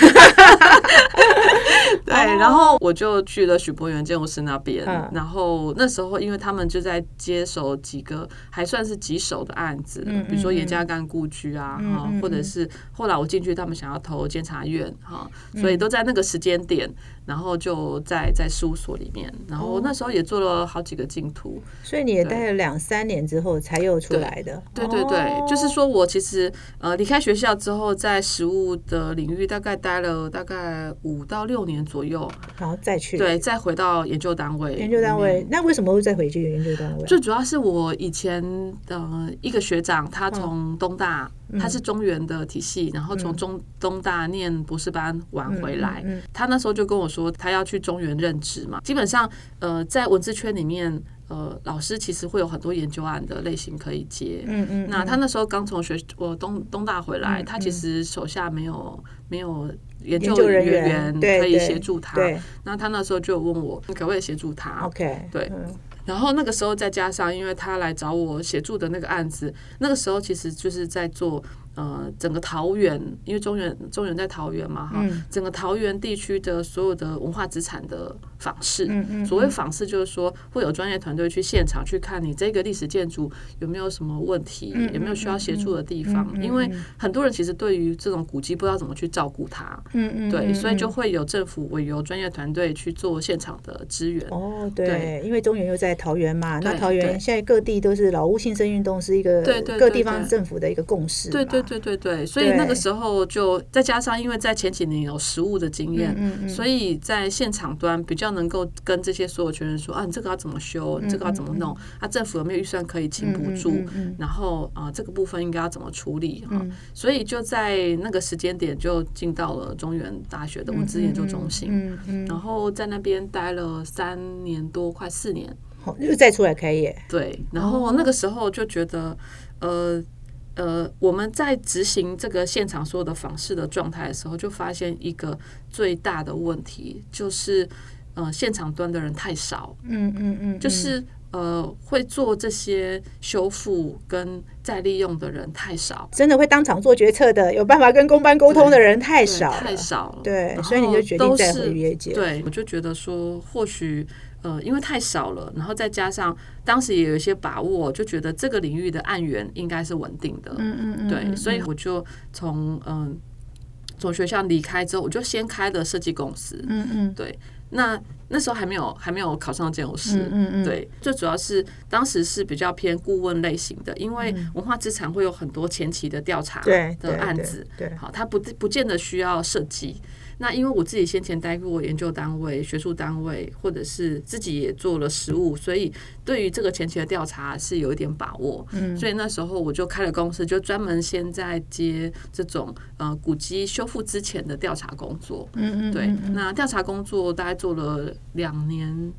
[SPEAKER 2] 对，然后我就去了许博元建筑师那边
[SPEAKER 1] 哦嗯，
[SPEAKER 2] 然后那时候因为他们就在接手几个还算是棘手的案子
[SPEAKER 1] 嗯，
[SPEAKER 2] 比如说
[SPEAKER 1] 嗯
[SPEAKER 2] 严家干故居啊，
[SPEAKER 1] 嗯
[SPEAKER 2] 哈
[SPEAKER 1] 嗯，
[SPEAKER 2] 或者
[SPEAKER 1] 嗯
[SPEAKER 2] 是后来我进去，他们想要投监察院哈，所以都在那个时间点，然后就在在事务所里面，然
[SPEAKER 1] 哦
[SPEAKER 2] 后那时候也做了好几个净土，
[SPEAKER 1] 所以你也待了两三年之后才又出来的。
[SPEAKER 2] 对对对，
[SPEAKER 1] 哦
[SPEAKER 2] 就是说我其实呃离开学校之后，在食物的领域大概待了大概五到六年左右，
[SPEAKER 1] 然后再去
[SPEAKER 2] 对，再回到研究单位。
[SPEAKER 1] 研究单位。那为什么会再回去研究单位啊？
[SPEAKER 2] 最主要是我以前呃一个学长，他
[SPEAKER 1] 嗯
[SPEAKER 2] 从东大，他是中原的体系，然后从中东大念博士班玩回来，
[SPEAKER 1] 嗯嗯嗯嗯
[SPEAKER 2] 他那时候就跟我说，他要去中原任职嘛。基本上呃在文字圈里面，呃老师其实会有很多研究案的类型可以接，
[SPEAKER 1] 嗯嗯，
[SPEAKER 2] 那他那时候刚从学我东东大回来，他其实手下没有没有
[SPEAKER 1] 研
[SPEAKER 2] 研究
[SPEAKER 1] 究人
[SPEAKER 2] 人
[SPEAKER 1] 员
[SPEAKER 2] 员
[SPEAKER 1] 对
[SPEAKER 2] 可以
[SPEAKER 1] 对
[SPEAKER 2] 协助他。
[SPEAKER 1] 对
[SPEAKER 2] 那他那时候就问我可不可以协助他。
[SPEAKER 1] ，OK，
[SPEAKER 2] 对
[SPEAKER 1] 嗯
[SPEAKER 2] 然后那个时候再加上，因为他来找我协助的那个案子，那个时候其实就是在做呃整个桃园，因为中原中原在桃园嘛哈，
[SPEAKER 1] 嗯
[SPEAKER 2] 整个桃园地区的所有的文化资产的访视。
[SPEAKER 1] 嗯嗯，
[SPEAKER 2] 所谓访视，就是说会有专业团队去现场去看你这个历史建筑有没有什么问题，
[SPEAKER 1] 嗯
[SPEAKER 2] 有没有需要协助的地
[SPEAKER 1] 嗯
[SPEAKER 2] 方。
[SPEAKER 1] 嗯
[SPEAKER 2] 因为
[SPEAKER 1] 嗯
[SPEAKER 2] 很多人其实对于这种古迹不知道怎么去照顾它，
[SPEAKER 1] 嗯嗯，
[SPEAKER 2] 对，
[SPEAKER 1] 嗯
[SPEAKER 2] 所以就
[SPEAKER 1] 嗯
[SPEAKER 2] 会有政府委由专业团队去做现场的支援。
[SPEAKER 1] 哦，
[SPEAKER 2] 对
[SPEAKER 1] 对，因为中原又在桃园嘛，那
[SPEAKER 2] 对
[SPEAKER 1] 桃
[SPEAKER 2] 对
[SPEAKER 1] 园现在各地都是劳务新生运动是一个
[SPEAKER 2] 对对
[SPEAKER 1] 各
[SPEAKER 2] 对
[SPEAKER 1] 地方
[SPEAKER 2] 对
[SPEAKER 1] 政府的一个共识嘛，
[SPEAKER 2] 对对对对对，所以那个
[SPEAKER 1] 对
[SPEAKER 2] 时候就再加上，因为在前几年有实物的经验，
[SPEAKER 1] 嗯嗯
[SPEAKER 2] 所以在现场端比较能够跟这些所有权人说啊，你这个要怎么修，你这个要怎么弄，啊，政府有没有预算可以请补助，
[SPEAKER 1] 嗯嗯嗯嗯
[SPEAKER 2] 然后啊、这个部分应该要怎么处理哈、所以就在那个时间点就进到了中原大学的文字研究中心，
[SPEAKER 1] 嗯嗯，
[SPEAKER 2] 然后在那边待了三年多，快四年。
[SPEAKER 1] 好，又再出来开业，
[SPEAKER 2] 对，然后那个时候就觉得，呃呃，我们在执行这个现场所有的访视的状态的时候，就发现一个最大的问题就是，呃，现场端的人太少，
[SPEAKER 1] 嗯嗯嗯，
[SPEAKER 2] 就
[SPEAKER 1] 嗯
[SPEAKER 2] 是呃，会做这些修复跟再利用的人太少，
[SPEAKER 1] 真的会当场做决策的，有办法跟公办沟通的人太
[SPEAKER 2] 太
[SPEAKER 1] 少了，
[SPEAKER 2] 太少了。
[SPEAKER 1] 对
[SPEAKER 2] 然，
[SPEAKER 1] 所以你
[SPEAKER 2] 后
[SPEAKER 1] 就决定
[SPEAKER 2] 都
[SPEAKER 1] 再
[SPEAKER 2] 是
[SPEAKER 1] 回约界，
[SPEAKER 2] 对，我就觉得说，或许呃，因为太少了，然后再加上当时也有一些把握，就觉得这个领域的案源应该是稳定的，
[SPEAKER 1] 嗯嗯嗯，
[SPEAKER 2] 对，
[SPEAKER 1] 嗯
[SPEAKER 2] 所以我就从嗯、从学校离开之后，我就先开了设计公司。
[SPEAKER 1] 嗯嗯
[SPEAKER 2] 对，那那时候还没有还没有考上建筑师，
[SPEAKER 1] 嗯嗯嗯，
[SPEAKER 2] 对，最主要是当时是比较偏顾问类型的，因为文化资产会有很多前期的调查
[SPEAKER 1] 嗯对对
[SPEAKER 2] 的案子，
[SPEAKER 1] 对对
[SPEAKER 2] 好，它不不见得需要设计。那因为我自己先前待过研究单位、学术单位，或者是自己也做了实务，所以对于这个前期的调查是有一点把握。嗯，所以那时候我就开了公司，就专门先在接这种呃古迹修复之前的调查工作。
[SPEAKER 1] 嗯嗯
[SPEAKER 2] 对，那调查工作大概做了两年，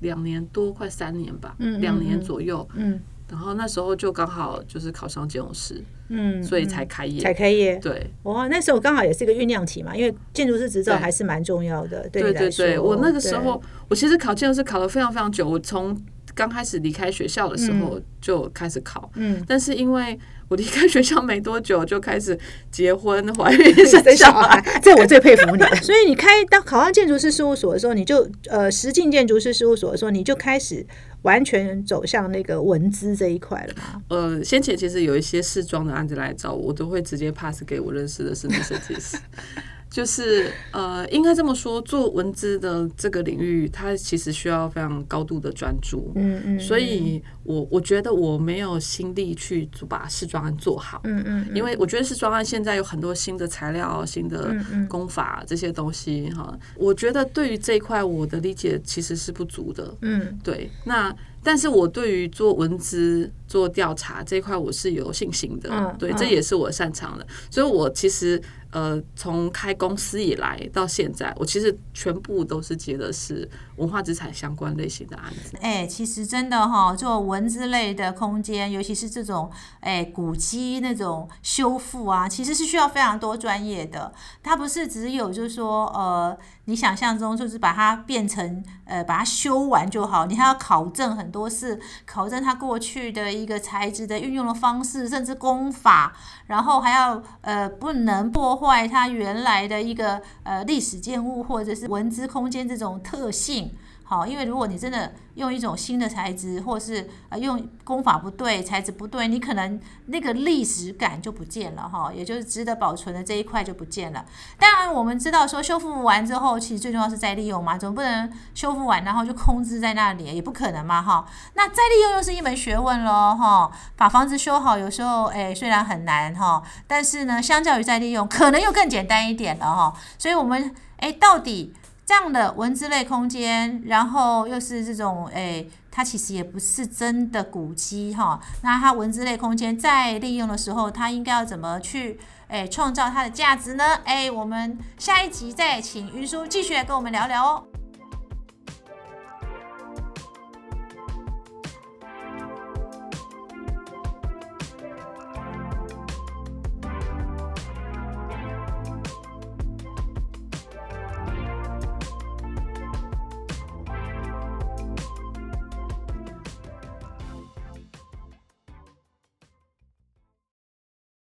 [SPEAKER 2] 两年多，快三年吧，
[SPEAKER 1] 嗯嗯
[SPEAKER 2] 两年左右。
[SPEAKER 1] 嗯
[SPEAKER 2] 然后那时候就刚好就是考上建筑师，
[SPEAKER 1] 嗯，
[SPEAKER 2] 所以才开业。
[SPEAKER 1] 才开业，
[SPEAKER 2] 对
[SPEAKER 1] 哇，那时候刚好也是一个酝酿期嘛，因为建筑师执照
[SPEAKER 2] 对
[SPEAKER 1] 还是蛮重要的，对
[SPEAKER 2] 对
[SPEAKER 1] 你来
[SPEAKER 2] 对对，
[SPEAKER 1] 说
[SPEAKER 2] 我那个时候，我其实考建筑师考了非常非常久，我从刚开始离开学校的时候就开始考。
[SPEAKER 1] 嗯，
[SPEAKER 2] 但是因为我离开学校没多久，就开始结婚、 怀孕、
[SPEAKER 1] 生
[SPEAKER 2] 生
[SPEAKER 1] 小
[SPEAKER 2] 小孩
[SPEAKER 1] 孩，，这我最佩服你。所以你开到考上建筑师事务所的时候，你就呃实进建筑师事务所的时候，你就开始完全走向那个文资这一块了嘛？
[SPEAKER 2] 呃，先前其实有一些试妆的案子来找我，我都会直接 pass 给我认识的室内设计师。 就是呃，应该这么说，做文字的这个领域，它其实需要非常高度的专注。
[SPEAKER 1] 嗯嗯，
[SPEAKER 2] 所以我我觉得我没有心力去做把试妆案做好。
[SPEAKER 1] 嗯嗯
[SPEAKER 2] 因为我觉得是专案现在有很多新的材料、新的
[SPEAKER 1] 嗯
[SPEAKER 2] 工法这些东西哈，我觉得对于这一块我的理解其实是不足的。
[SPEAKER 1] 嗯
[SPEAKER 2] 对，那但是我对于做文资、做调查这一块我是有信心的，
[SPEAKER 1] 嗯
[SPEAKER 2] 对，
[SPEAKER 1] 嗯
[SPEAKER 2] 这也是我擅长的。所以我其实呃，从开公司以来到现在，我其实全部都是接的是文化资产相关类型的案子。
[SPEAKER 3] 哎、其实真的哈、做文字类的空间，尤其是这种哎、古迹那种修复啊，其实是需要非常多专业的。它不是只有就是说呃，你想象中就是把它变成呃把它修完就好，你还要考证很多事，考证它过去的一个材质的运用的方式，甚至功法，然后还要呃不能破坏它原来的一个呃历史建物或者是文字空间这种特性。好，因为如果你真的用一种新的材质，或是呃用工法不对、材质不对，你可能那个历史感就不见了哈，也就是值得保存的这一块就不见了。当然，我们知道说修复完之后，其实最重要是再利用嘛，总不能修复完然后就空置在那里，也不可能嘛哈。那再利用又是一门学问喽哈，把房子修好，有时候哎虽然很难哈，但是呢，相较于再利用，可能又更简单一点了哈。所以我们哎到底。这样的文字类空间，然后又是这种诶、它其实也不是真的古迹哈。那它文字类空间在利用的时候，它应该要怎么去诶创造它的价值呢？诶、我们下一集再请云叔继续来跟我们聊聊哦。